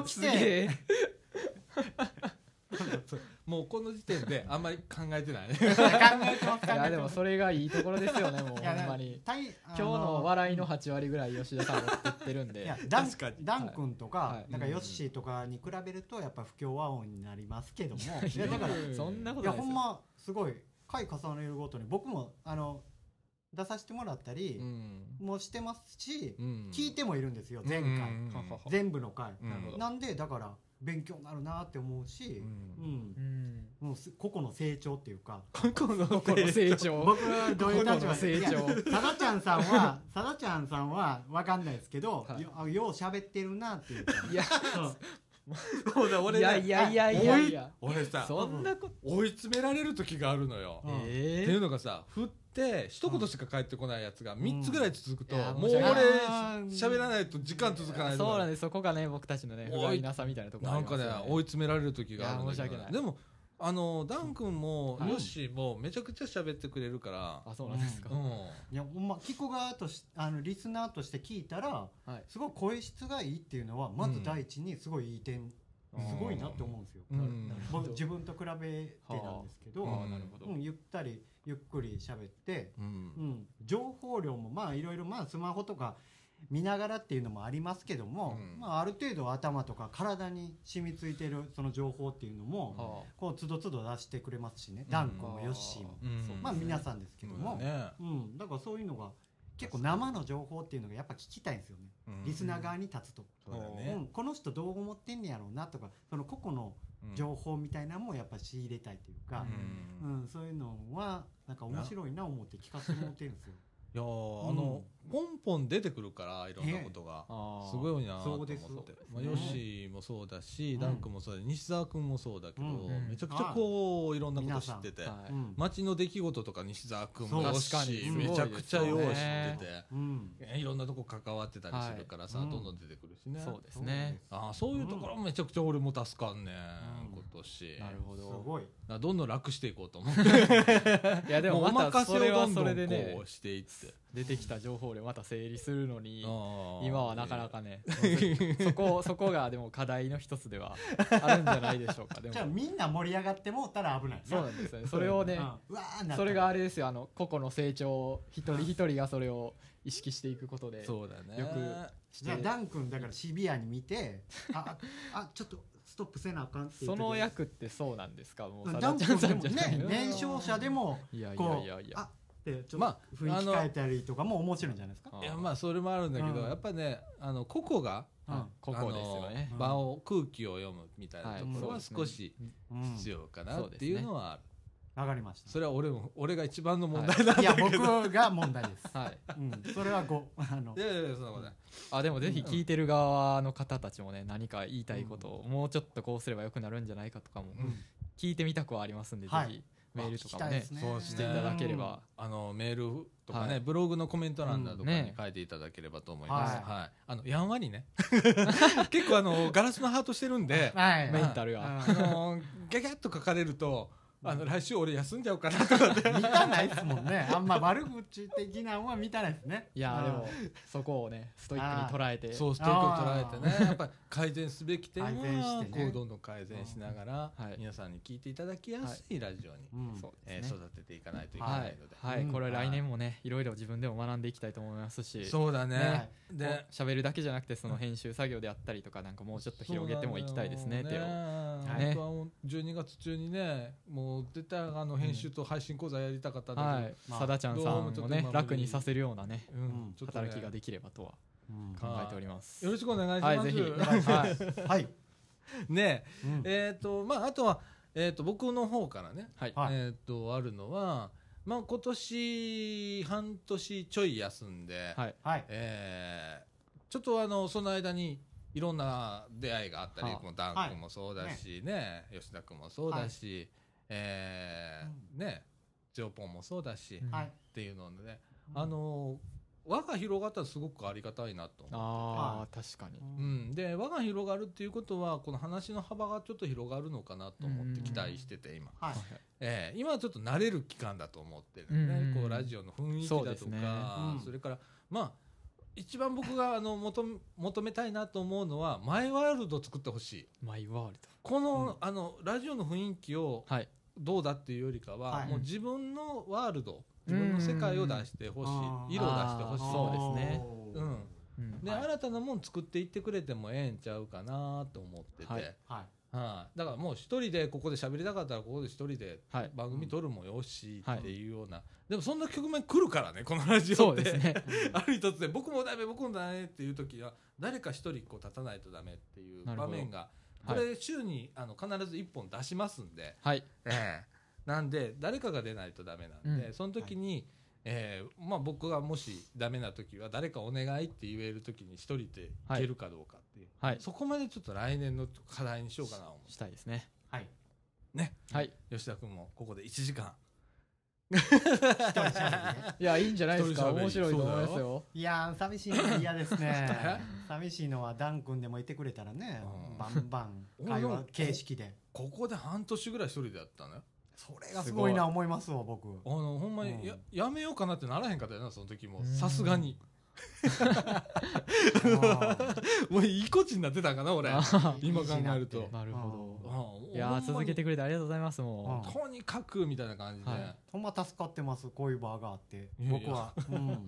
規
す
制
げえ
もうこの時点
[laughs]
であんまり考えてないね
考えてます
い
考
や
えて
で
ま
も
す
それがいいところですよねもう
い
ほ
や
んまに
大
今
あ
日の笑いの8割ぐらい吉田さん持ってってるん
い
で
やダン
確かに
ダン君とか、
はい
だからヨッシーとかに比べるとやっぱ不協和音になりますけども、いやだからい
そんなこと
や
ないで
ほ
す
ん
よ
ますごい回重ねるごとに僕もあの出させてもらったり
うん
もしてますし、
うん
聞いてもいるんですよ前回、
うん
ははは
全部の回、
うん
なるほど
なんでだから勉強になるなって思うし
う、
うんん
うん
もうす個々の成長っていうか
この
この成長
僕はどういう立
個々の
場で
成長
いやさだちゃんさんはさだちゃんさんは分かんないですけど、
はい
よあよう喋ってるなっていうか
いや
そう
そうだ俺
いやい
ね
やいやいやいや
俺さ
そんなこと
追い詰められる時があるのよ
うん
っ
え
ていうのがさ振って一言しか返ってこないやつが3つぐらい続くと
うんいや
もう俺
面
白い
喋らないと時間続かないの
そう
よ
なんですそこがね僕たちのね不甲斐なさみたいなところ
なんかね追い詰められる時があるんだけど
いや申し訳ない
でもあのダン君も
はい
ヨッシーもめちゃくちゃ喋ってくれるか、
あそうなんですから
うん、
いやほんま聞く側としあのリスナーとして聞いたら
はい
すごい声質がいいっていうのはまず第一にすごいいい点、
うん
すごいなって思うんですよ、
うん
なるほど
僕自分と比べてなんですけど、
は
ああなるほど
うん、ゆったりゆっくり喋って、
う
うんん、情報量もまあいろいろまあスマホとか見ながらっていうのもありますけども、
うん
まあ、ある程度頭とか体に染みついてるその情報っていうのも、
はあ
こうつどつど出してくれますしね、
うん
ダン君もヨッシーも、
うん
そう
まあ皆さんですけども、
そうだね
うん、だからそういうのが結構生の情報っていうのがやっぱ聞きたいんですよね、
うん
リスナー側に立つと、
そうだ
う
ね
んこの人どう思ってんねやろうなとかその個々の
うん
情報みたいなのもやっぱ仕入れたいというか
う、
うんんそういうのはなんか面白いな思って聞かせてもらってるんですよ
いやーあのポンポン出てくるからいろんなことが
あー
すごいなと思っ
そう
て
ですそうです
まあヨッシーもそうだし
うん
ダン君もそうだし西澤君もそうだけど
うん
めちゃくちゃこういろんなこと知ってて
はい
うん
街の出来事とか西澤君も
そう
よし
確かにすごい
めちゃくちゃよう知って
ですよ
うん
ていろんなとこ関わってたりするからさ、
はい
どんどん出てくるしね、
そうですね
ああそういうところめちゃくちゃ俺も助かんねん、
うん
今年
なるほ
す
ど
ごい
だからどんどん楽していこうと思って
いやでも
うお
また
任せを
それ
ど
は
ん
そ
ど
れ
ん
でね
こうしていって、
出てきた情報量また整理するのに
ああ
今はなかなかね [laughs] そこそこがでも課題の一つではあるんじゃないでしょうかでも
じゃあみんな盛り上がってもうたら危ない
そうなんですよねそれをね
うんうわーなったら
それがあれですよあの個々の成長を一人一人がそれを意識していくことで
そうだね
よくし
じゃあ
て
ダン君だからシビアに見てあああちょっとストップせなあかんっていう
そ
時
の役ってそうなんですかもう
うん
さ
ダ
だ
ン
ちゃ
君
ん
で
さ
も
んじゃない
ね年少者でも
いやいや
こ
いうやいや
あってちょっ
ま
と
あ
雰囲気変えたりとかも面白いんじゃないですか
いやまあそれもあるんだけど、
うん
やっぱねあの個々が
あここですよね
あの場を空気を読むみたいなところ
は
はい少し
うん
うん
必要か
うん
な
そ
っ
うです
て
ね
いうのはある、
上がりました
それは俺も俺が一番の問題なんだ
い
けど、
や僕が問題です、
はい、
うん、それはごあの
いやいやいやそんなことない
あでもぜひ聞いてる側の方たちもね何か言いたいことを、もうちょっとこうすればよくなるんじゃないかとかも
うん
聞いてみたくはありますんで、
はい
ぜひメールと
聞き
か
た
も
いで
ね
すね
そう
していただければ、
あのメールとかね、
はい
ブログのコメント欄だとか
うん
に
ね
書いていただければと思います、
はい
はいあのやんわりね [laughs] 結構あのガラスのハートしてるんで
はい
メンタルが、
あのギャギャッと書かれるとあの来週俺休んじゃおうかなとかって
見たないですもんねあんま悪口的なのは見たないですね
いやーでも
うん
そこをねストイックに捉えて
そうストイックに捉えてねやっぱり改善すべき点は、
改善してね
こうどんどん改善しながら、
うんはい
皆さんに聞いていただきやすいラジオに、
うん
そう
え
で
ー
すね
育てていかないといけ
は
ない
い
ので、、
はい
うん
これ来年もねいろいろ自分でも学んでいきたいと思いますし
そうだね
ね
で
こう喋るだけじゃなくてその編集作業であったりとかなんかもうちょっと広げてもいきたいですね
そう
手
な
を
のよね本
手を
当はもう12月中にね、もう絶対あの編集と配信講座やりたかったんだけど、
はい
まあ
さだちゃんさん
どう
を
もちょっと今
ね
無理
楽にさせるようなね
うん
うん
ちょっとね
働きができればとは
うん
考えております
よろしくお願いします。
はいぜひ
[laughs]
はいはい、
ね
うん
えっ、とまああとはえっ、と僕の方からね、
はい
はい
えっ、とあるのはまあ今年半年ちょい休んで、
はい
はい
えーちょっとあのその間にいろんな出会いがあったり、
はあ
もうダン君もそうだしね吉田君もそうだし、えーねジョーポンもそうだし、
うん
っ
はい
ていうのでね、あの輪が広がったらすごくありがたいなと思う
あー確かに
う、ん、で輪が広がるっていうことはこの話の幅がちょっと広がるのかなと思って期待してて今、
はい
ええ今はちょっと慣れる期間だと思ってるんでね、
うん
こうラジオの雰囲気だと
そう
か
です
そ,、
ね
うん
れからまあ一番僕があの求め求めたいなと思うのはマイワールド作ってほしい
マイワール
この,、あのラジオの雰囲気を
ドはい
どうだっていうよりかは、
はい
もう自分のワールド自分の世界を出してほしい、
うん
色を出してほしい
あーそうですね
うん
うん
で、
はい
新たなもん作っていってくれてもええんちゃうかなと思ってて、
は
はいい
はい
だからもう一人でここで喋りたかったらここで一人で [laughs]
はい
番組撮るもよし
うん
っていうような、でもそんな局面来るからねこのラジ
そ
オ
う
って、
ですね
[laughs] ある日突然僕もダメ僕もダメっていう時は誰か一人こう立たないとダメっていう
なるほ
場
ど
面が
は
こ
い
れ週にあの必ず1本出しますんで、
はい
ええなんで誰かが出ないとダメなんで、
うん
その時に、ええまあ、僕がもしダメな時は誰かお願いって言える時に一人でいけるかどうかっていう、
はい
そこまでちょっと来年の課題にしようかな思
したいですね
はい
うね
はい
吉田君もここで1時間
一人喋りね
いやいいんじゃないです
一
か
人喋り
面白いと思います
そうだ
よ
いやー寂しいの嫌です
[laughs]
ね寂しいのはダン君でもいてくれたらね
うん
バンバン会話形式で
ここで半年ぐらい一人でやったのよそれが
す
す
ご
ご
い
い
な
な
思いますわ僕
あのほんま
うん
にや,、やめようかなってならへんかったよなその時も
うん
さすがにもういいこちになってたんかな俺
あー
[laughs] 今考えると
[laughs] なる
う
ほ
ん
どいやー
ほんま
続
に
けてくれてありがとうございますも
うん
とにかくみたいな感じで、
はい
ほんま助かってますこういうバーがあって
いやいや
僕は
[laughs]
うん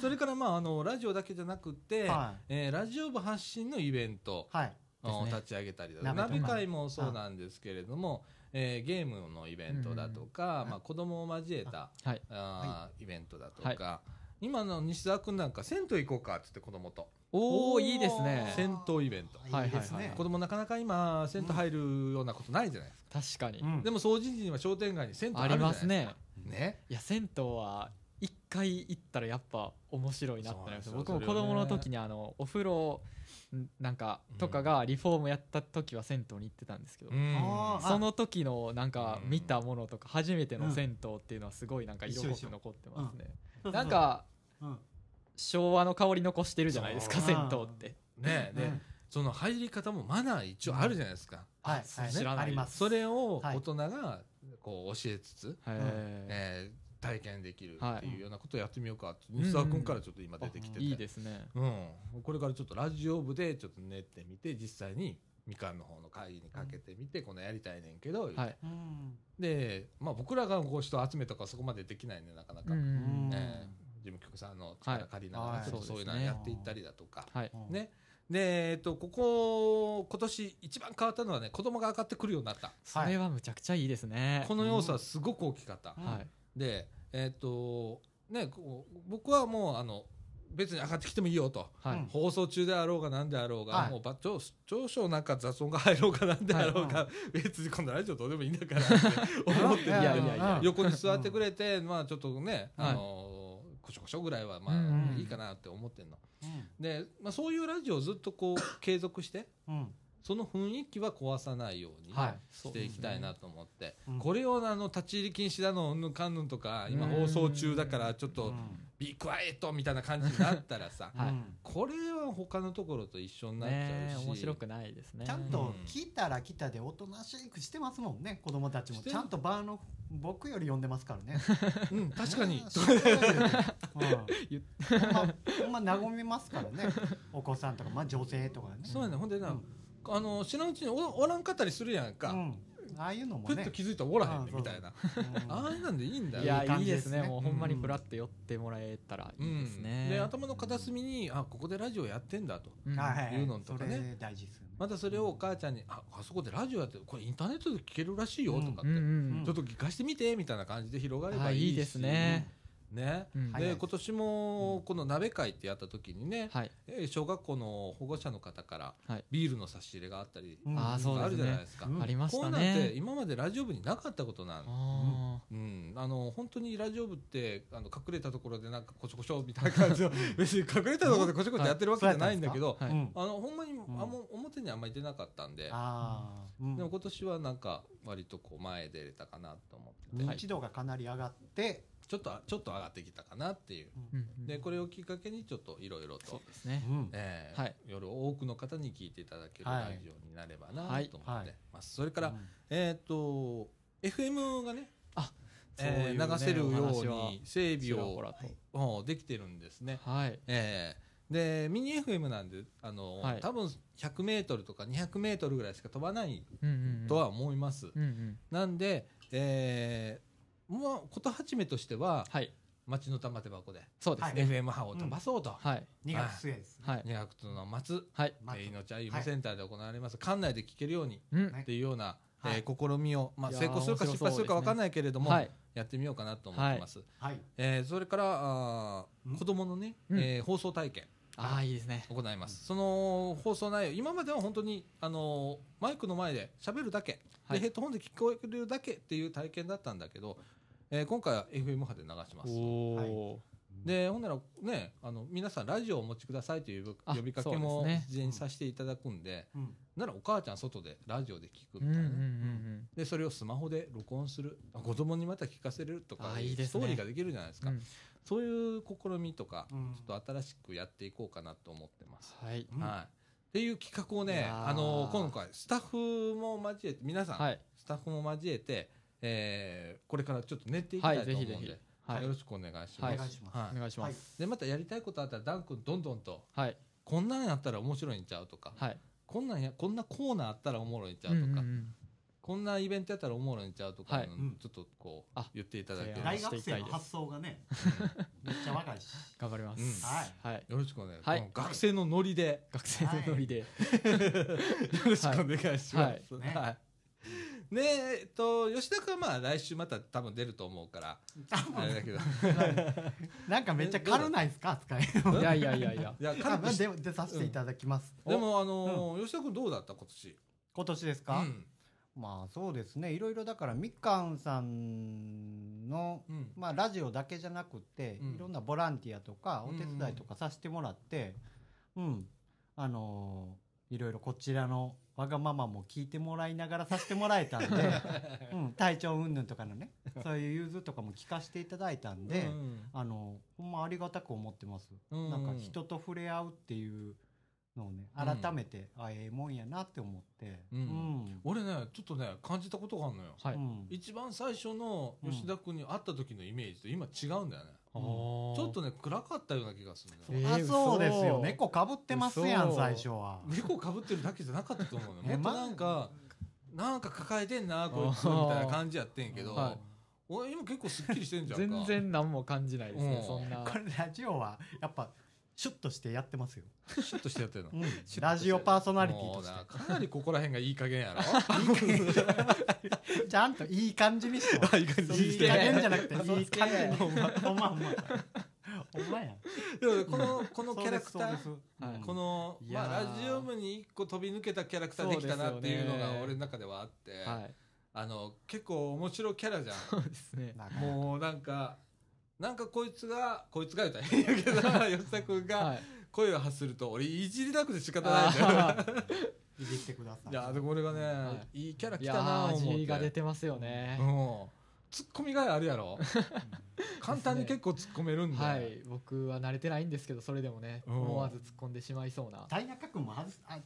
それからまああのラジオだけじゃなくて、
は
えーラジオ部発信のイベント
いはい
ですね
を立ち上げたりだとか、ナ
鍋
ビ
とか
会もそうなんですけれども、えーゲームのイベントだとか、
うんうん
まあ、子供を交えた
うはい
あーイベントだとか、今の西澤君なんか銭湯行こうかっつって子供と
おーいいですね
銭湯イベント
はいはいはい
いいですね
子供なかなか今銭湯入るようなことないじゃないですか、
確かに
うん
でも掃除時には商店街に銭湯あ
あ
るじ
り
ゃない
ま
ですすか
ね
ね
いや銭湯は一回行ったらやっぱ面白いなってなりま
そ
す
うなんです
僕
よ
も子供の時にあのお風呂んなんかとかがリフォームやった時は銭湯に行ってたんですけど、
うん
あー
その時のなんか
うん
見たものとか初めての銭湯っていうのはすごいなんか色濃
一緒一緒
く残ってますね、
そうそうそう
なんか
うん
昭和の香り残してるじゃないですか
そ
銭
う
湯って
ねで、
うん
その入り方もマナー一応あるじゃないですか、
はい
そう
はい
知らない
あります
それを
はい
大人がこう教えつつ、
へ
えー体験できるっていうようなことをやってみようかって西
う
澤
んうん
君からちょっと今出てきて
ー
て、
いいですね
うん、これからちょっとラジオ部でちょっと練ってみて実際にみかんの方の会議にかけてみてこのやりたいねんけど、
はい
うん
で、まあ、僕らがこう人集めとかそこまでできないんでなかなか、
うんうんうん
え
ね
ー事務局さんの力借りなが
は
ら
い
ちょっとそういう
は
の
い
やっていったりだとか、
はい
うん
ねでえっとここ今年一番変わったのはね子供が上がってくるようになった。
それはむちゃくちゃいいですね
この要素はすごく大きかった。
うん
はい
で、えーっとね、こう僕はもうあの別に上がってきてもいいよと。
は
うん
い、
放送中であろうが何であろうが、
はい
もうば長長所なんか雑音が入ろうが何であろうが、 [laughs] 別にこのラジオどうでもいいんだからって
[laughs]
思ってる
いやいやいや
横に座ってくれて、まあちょっとね、
はい
あのー、こしょこしょぐらいはま
うん
うん
あいいかなって思ってんの。で、まあそういうラジオをずっとこ
[laughs]
う継続して、
うん
その雰囲気は壊さないように
はい
していきたいなと思って、
うん
これをあの立ち入り禁止だの、うんぬんかんぬんとか、今
う
放
ん
送中だからちょっと
うん
ビークワイエットみたいな感じになったら
[laughs]
さ、
はい
うん
これは他のところと一緒になっちゃ
ねえ
うし、
面白くないですね
ちゃん
う
と
ん
来たら来たでおとなしくしてますもんね子供たちも
して
ち
る
ゃんとバーの僕より呼んでますからね
うん、確か
[laughs]
に
ね。そうです
言っ
うんほんま [laughs] ほんま和みますからね [laughs] お子さんとかまあ女性とかね
そうやね、ほんでな、
うん
あの知らんうちにおおらんかったりするやんか、
うんああいうのも
ふっ
ね
と気づいたらおらへんね
うん
みたいな、
うん
ああいうなんでいいんだよ。
いや
いい感
いい
じ
です
で
ね
すね
もうほんまにふらって寄ってもらえたらいいですね、
で頭の片隅にあここでラジオやってんだと
うん
はいはい
いうのとかね
それ大事ですよね
またそれをお母ちゃんに「ああそこでラジオやってるこれインターネットで聞けるらしいよ」とかって、
うんうん
うん
ちょっと聞かしてみて」みたいな感じで広がれば
あ
いいし
いいですね、
ね
うん
はい
で今年もこの鍋会ってやった時にね、
はい
えー小学校の保護者の方から
はい
ビールの差し入れがあったり、
うん
ああそう
ある
です
じゃない
ね
ですか。
うん
ありまし
こう
た
なんて
ね
今までラジオ部になかったことなん
あ
うん、あの本当にラジオ部ってあの隠れたところでなんかこちょこちょみたいな感じの [laughs] 別に隠れたところでこちょこちょやってるわけじゃないんだけど、
ーはい
うん
あのほんまに、あんま表にあんまり出なかったんで、
ああうん
でも今年はなんか割とこう前出れたかなと思ってて、
認知度がかなり上がって
ちょっとちょっと上がってきたかなっていう。
うんうん
でこれをきっかけにちょっといろいろと、
ですね
うん
え
はい
ー夜多くの方に聞いていただける
はい
ラジオになればなと思
は
っ
い
てます。そ
はい
れから、えっ、と FM がね
そういう
え
ね
ー流せるよ
お話は
うに整
ち
備
ら
を
ほらと
もうできてるんですね。
はい
ええでミニ FM なんであの、
はい
多分100メートルとか200メートルぐらいしか飛ばない
うんうんうん
とは思います。
うんうん
なんで、えー、まあことはじめとしては
はい
町の玉手箱で、
そうですね
FM 波を飛ばそうと、
はい
2月末ですね
はい
2月の末、
はい
まあ
えー命あゆみセンターで行われます、館内で聞けるように
うん
ね
っていうような、
はい
えー試みを、まあ、
いやー
成功するか
面
失
白そう
敗するか分
ですね
かんないけれども、
はい
やってみようかなと思ってます。
はい
えーそれからあ
うん
ー子供のね、
うん
えー放送体験
ああいいですね
行います、その放送内容今までは本当にあのーマイクの前で喋るだけ、
はい
でヘッドホンで聞こえるだけっていう体験だったんだけど、えー今回は FM 波で流します
お
でほんならねあの皆さんラジオをお持ちくださいという
あ
呼びかけ
そう
も
ですね
事前にさせていただくんで、
うん
ならお母ちゃん外でラジオで聞く
うん
み
うん
た
う
い
ん
な、
うん
でそれをスマホで録音するあ子供にまた聞かせるとか
あ
い
いいうです
スト
ね
ーリーができるじゃないですか、
うん
そういう試みとか、
うん
ちょっと新しくやっていこうかなと思ってます。
はい
うん
はい。っていう企画を
い
ね、
やー
あの今回スタッフも交えて皆さん、
はい
スタッフも交えて、えーこれからちょっと練っていきたいと
はい
思うんで、
ぜひぜひはい
よろしくお願いします。
は
お
い
願いします
はい
お願いします
でまたやりたいことあったらダン君どんどんと
はい
こんなんやったら面白いんちゃうとか、
はい
こんなんやこんなコーナーあったらおもろいんちゃう
う
と
ん
か、
うんうん
こんなイベントやったらおもろいんちゃうとか、
はい
うんちょっとこう
あ
言っていただけれ
提
ば
案
大
よ
学生の発想
[laughs]
がねめっちゃ若いし
頑張りま
うん
す
はい
はい
ろしくお願いします。
はい
この学生のノリで
学生のノリで
よろしくお願いします。は
はいい。
ね
はいで、えっと、吉田君はまあ来週また多分出ると思うから、あれだけど。
なんかめっちゃ軽ないですか使い
うん
いやいやいやいや
いや、
[laughs]
彼
あ
女
で出させていただきます
でもあのー、吉田君どうだった今年。
今年です
う
か
ん
まあそうですねいろいろだからみかんさんの
うん。
まあ、ラジオだけじゃなくて、
うん
いろんなボランティアとか
う
お
んうん
手伝いとかさせてもらって、うんあのーいろいろこちらのわがままも聞いてもらいながらさせてもらえ
[laughs]
たんで、うん、体調云々とかのねそういう融通とかも聞かせていただいたんで、
うん
あのほんまありがたく思ってます、
うん
なんか人と触れ合うっていうのをね改めて、あええもんやなって思って、
うん俺ね、ちょっとね、感じたことがあるのよ。
はい
うん
一番最初の吉田君に会った時のイメージと今違 [laughs] うんだよね。
ち
ちょ
ょ
っとね、暗かったような気がするんだよ
えー
あそうですよ
嘘
猫かぶってますやん
嘘
最初は。
猫かぶってるだけじゃなかったと思うのよ。
え
もっとなんか、なんか抱えてんな、こいつ、みたいな感じやってんけど、
はい
俺今結構すっきりしてんじゃんか。
全然何も感じないです
う
ね
ん
そんな
これラジオはやっぱシュッとしてやってますよ、
シュッとしてやってるの。
[laughs] ラジオパーソナリティとし
もうなかなりここら辺がいい加減やろ。
てちゃんといい感じにしてます
いい感
いい加減じゃなくて
そう
いい感じにほんまほんまほんまや。
でもこのこのキャラクター
そうです
はい
この、
いやー
まあ、ラジオ部に一個飛び抜けたキャラクターできたなっていうのが
そうですよね
俺の中ではあって、
はい
あの結構面白いキャラじゃ
そうですね
なかなか
んもうなんかなんかこいつがこいつが言うたら変やけど吉田君が
はい
声を発すると俺いじりたくて仕方ないんだよ
あー
いじってくださ
[laughs]
い。
いやでも俺がね、、
はい
いキャラ
い
来
や
たな
ー
思って
味が出てますよね
うんツッコミがあるや
[laughs]
ろ簡単に
です
結
ね
構突っ込めるんで、
はい僕は慣れてないんですけどそれでもね
うん
思わず突っ込んでしまいそうな
タイヤ角も外す、あ、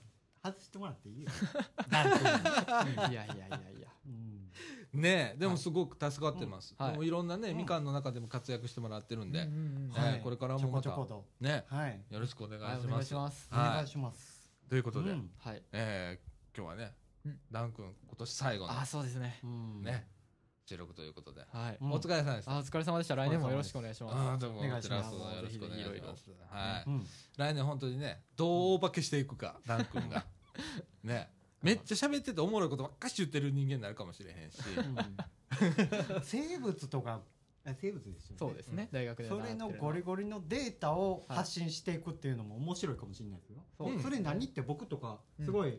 外してもらっていいよ。 [laughs] 誰とも
いやいやいやいや
うん
ねえでもすごく助かってます、
はい
でもいろんなね、
うん
みかんの中でも活躍してもらってるんで、
うんうんうん
はい
はい
これから
ち
も
ょこ
ま
ち
た
ょこと。
ね
はい。
よろしくお願い
は
し
いお願
ま
い
す。
します
お
はい
願いします。
ということで、
うん
はい
えー今日はね、
うん
ダン君今年最後の
あーそうですね
うん
ね収録ということで、
はい
うん
お疲れ様でし
あ
た。
ーお疲れ様でした来年もよろしくお願いしま
あーどうも
お願いします
こちらこそよろしくお願いし
ぜひいろい
ます。はい、
うん
来年本当にねどう大化けしていくか、ダン君がねめっちゃ喋ってておもろいことばっかし言ってる人間になるかもしれへんし。 [laughs]
うん生物とか、あ生物ですよ
す
ね。
そうですね大学で
それのゴリゴリのデータを発信していくっていうのも面白いかもしれないですよ。
そう
ですね
それ何って僕とかすごい、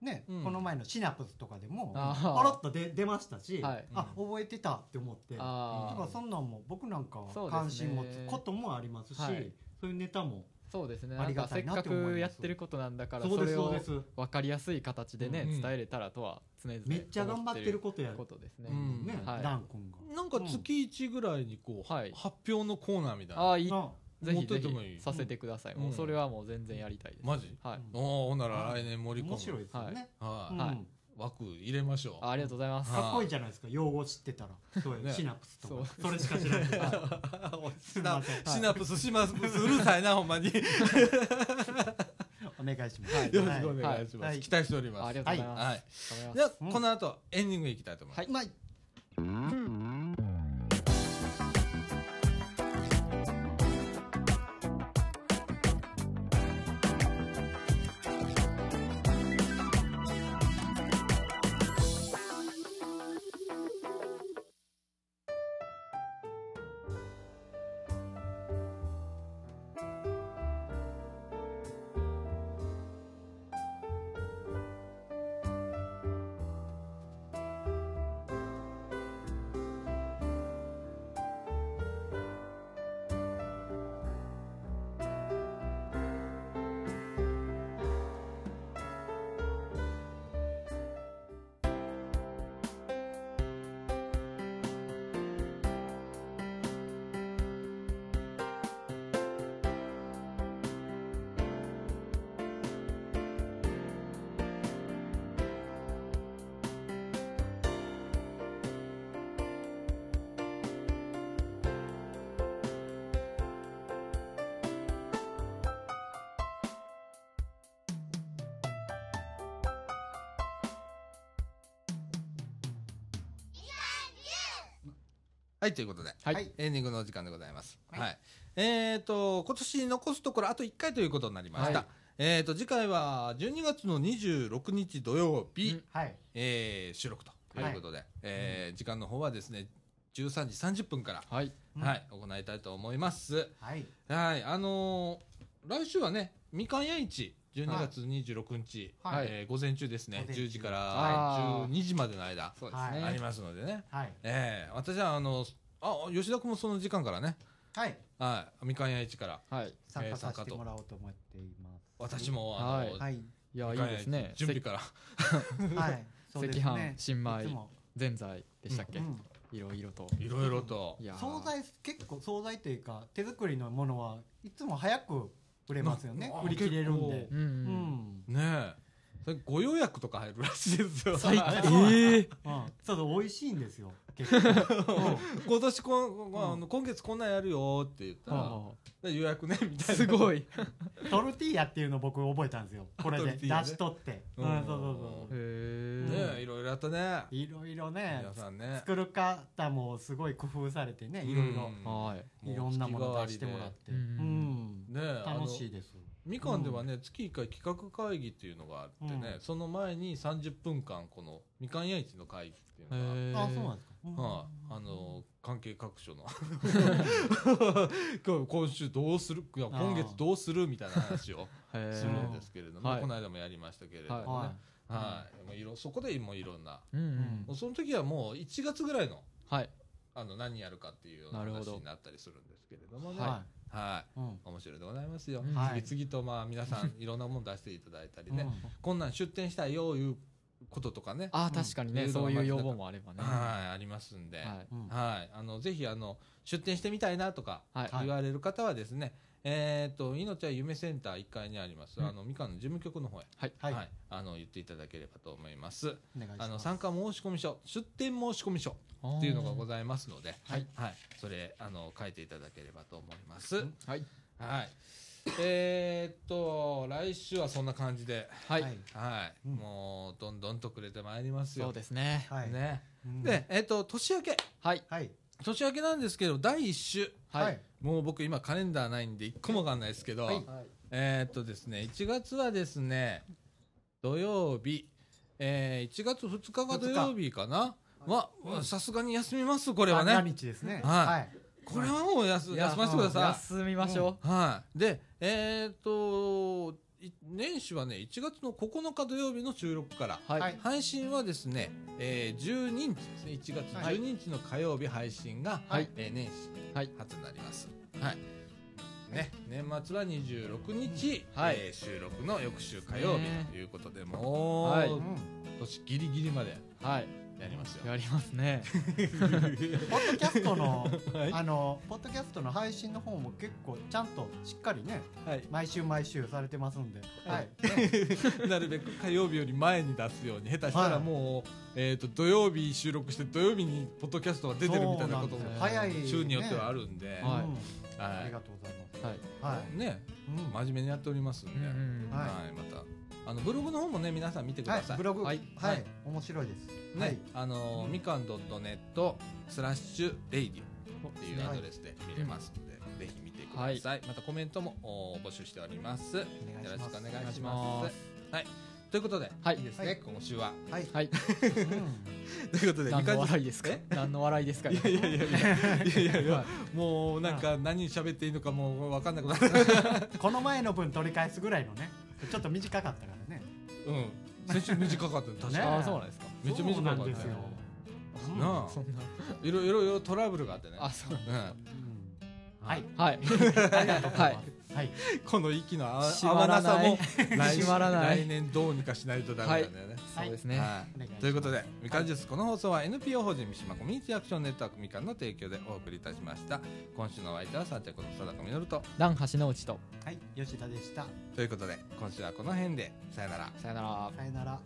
ね、
うん
この前のシナプスとかでも
あ
パ
ー
ロッと出出ましたし、
はい
あ覚えてたって思って。だか
あ
らそんなんも僕なんか
そう
は
ですね
関心持つこともありますし、そう,、
はい
いうネタも
ーそうですね
あ
な
り
ん
が
か
た
せ
い
っ
なって
か
思います
くやってることなんだから
そう
そ
です
れ
そう
を
です
分かりやすい形でね
うん
伝えれたらとは常々
めっちゃ頑張ってることや
思ってることですね
うん
ね、
はい
ダン君が。
なんか月一ぐらいにこう、
はい
発表のコーナーみたいな。
ああいい
あ
ぜ
持っ
ひ
と
ぜ
いてもいい
ひさせてください、
うん
もうそれはもう全然やりたいです、
マジ
はい、
うん
おーほんなら来年盛り込む。
面白いですよね。
はい、
うん
はい
枠入れましょう。
あありがとうございます
はい
かっこいいじゃないですか用語知ってたらそう
ね
シナプスとか
そ
それしか知らな
[laughs]
いからすいません
シナプスシナプスうるさいなほんまによ
お願いします
ろしくお願いします、
はい
期待しており
あ
ま
あ
す
りがと
はい
うございます、頑張り
で
ます
は、この後エンディングいきたいと思います、
はい
まあ
はいということで
はい、
はい
エンディングのお時間でございます、は
はいい
えー、と今年残すところあと1回ということになりました、
はい
えー、と次回は12月の26日土曜日、
うん
はい
えー収録ということで、えー時間の方はですね13時30分から、
はい
うん
はい、行いたいと思います
はい
はい、あのー来週はね、みかん屋市、12月26日、
はい
えー午前中ですね、
午前中
10時から
はい
12時までの間、
そうですね、
あ
は
りますのでね、
はい
えー私はあのあ吉田君もその時間からね、
はい
はい、みかん屋市から、
はい、
参加させてもらおうと思っています
私もあの、 [laughs]
はい
い
み
や
かん
い
屋
い
市
ですね
準備から、
はいそうです
赤飯
ね
新
いつ
米
も
ぜんざいでしたっけ、
うん
いろいろと
いろいろと
い、やー
惣菜結構惣菜というか手作りのものはいつも早く売れますよね
な
売り切れるん
結
で
うん、
う
うん
ん
ねえ、それご予約とか入るらしいですよ。
最
あ
近
そう
ええ
うん [laughs] そうそう美味しいんですよ結構
[laughs] 今年こん、こんあの今月こんなんやるよって言ったら、
あ
で予約ね、み
ー
たいな。
すごい、
うんトルティーヤっていうの僕覚えたんですよこれ
ト
で
ルティ
出
ーヤね
しとって
う
うんんそうそうそ
へ
う
ー
ねえいろいろあったね。
いろいろね
皆さんね。
作る方もすごい工夫されてねいろいろ
うん
はい
もう
いろんなもの出してもらっ
月
て
う
うんん
替わりでねえ、
楽しい
い。
です
みかんではね、月1回企画会議っていうのがあってね、
うん
その前に30分間、このみかん屋市の会議っていう
へ
のが、
ー
あそうなんですか
はい、あの関係各所の [laughs] 今日今週どうするいや
あー
今月どうするみたいな話を
へ
す
ー
るんですけれども、
はい
この間もやりましたけれどもね、
は
はい
はい
もういろそこでもういろんな
うんうん
もうその時はもう1月ぐらいの
はい
あの何やるかっていうような
なるほ
話
ど
になったりするんですけれども
い
ね
は
はいい、
うん
面白いでございますよ、
うん
はい
次々とまあ皆さんいろんなもの出していただいたり
う
ね、
ん
こんなん出店したいよいうこととかね
あー確かにね、
うん
そういう要望もあればねは
はいありますんで、
い
はい
うん
あのぜひあの出店してみたいなとか
はい
はい
言われる方はですね、えっ、と、いのちゃ夢センター1階にあります、
うん
あの、みかんの事務局の方へ、
はい
はい
あの、言っていただければと思います。
お願いし
あの、
ます
参加申込書、出店申込書っていうのがご
ざ
ざいますので、
はい
それ、あの、書いていただければと思います。
うん
はい
はい。えーっと、来週はそんな感じで、
はい、
はい
はい、
うん
もう、どんどんとくれてまいりますよ。
そうですね
はい
ね。
うん
で、えーっと、年明け。
はい
はい
年明けなんですけど、第1週。
はい、
もう僕今カレンダーないんで一個もわかんないですけど、
はい
えーっとですね、1月はですね、土曜日、えー、1月2日が土曜日かなは、はさすがに休みます、こ
こ
れは
何
ね。
日ですね
はいこれはもう休休ませてくださ
休みましょ
い。はい。で、えーっと、い年始はね、1月の9日土曜日の収録から、
う、はい、
はい
配信はですね、えー、12日ですね、1月
はい
12日の火曜日配信が、
はい
えー年始
はい
初になります。はい。ね、年末は26日、
はい
えー収録の翌週火曜日
ね
ということで、もう、
はい
うん
年ギリギリまで
はい、
やりますよ。
やりますね
ポッドキャストの
[laughs] はい
あのポッドキャストの配信の方も結構ちゃんとしっかりね
はい。
毎週毎週されてますんで
は
はいい
なるべく火曜日より前に出すように、下手したらもう、えっ、と、土曜日収録して、土曜日にポッドキャストが出てるみたいなことも
そうなんですよ早いね
週によってはあるんで、
はい
うん
はい
ありがとうございます
はい、
はい
ね、
うん
真面目にやっておりますん
うん
で、
うんうん
は、
はいい
また。あのブログの方もね皆さん見てく
は
だ
い
さい。
ブログ
は
はいい
はい
面白いです
ね、
はい
あのーみかん .net スラッシュレイディ
お
っていうアドレスで見れますので、ぜひ見てください、またコメントもお募集しておりますよ
お願い
ろ
し
しく
ま
お
す
願いし
お
ま
願い
す
し
はいということで、
はい
いですね、
はい
今週は
はい
はい
ということで
何
み
の
かん
笑いですか何の笑いですか
いやいやいやいやいやいやいや
はい
もうなんか何喋っていいのかもう分かんなくなった
うんこの前の分取り返すぐらいのねちょっと短かったからね
うん先週短かったね確かに、
ね
ああそうなんですか
めっちゃ短かった
そうなんですようん
なあ
そんな
色々いろいろトラブルがあってね
あそう
うん
うんはい
はい
ありがとうございますはい
この息のあ
閉
合
ま
わ
ら
なさ
ない
も来
閉まらない
来年どうにかしないとダメなんだよね、
そうですね、
はい
お願いします
ということで、みかんジュース、この放送は NPO 法人三島コミュニティアクションネットワークみかんの提供でお送りいたしました。今週のお相手は三着の貞子実と。
ダン橋の内と
はい吉田でした
ということで、今週はこの辺で、さよなら。
さよなら
さよなら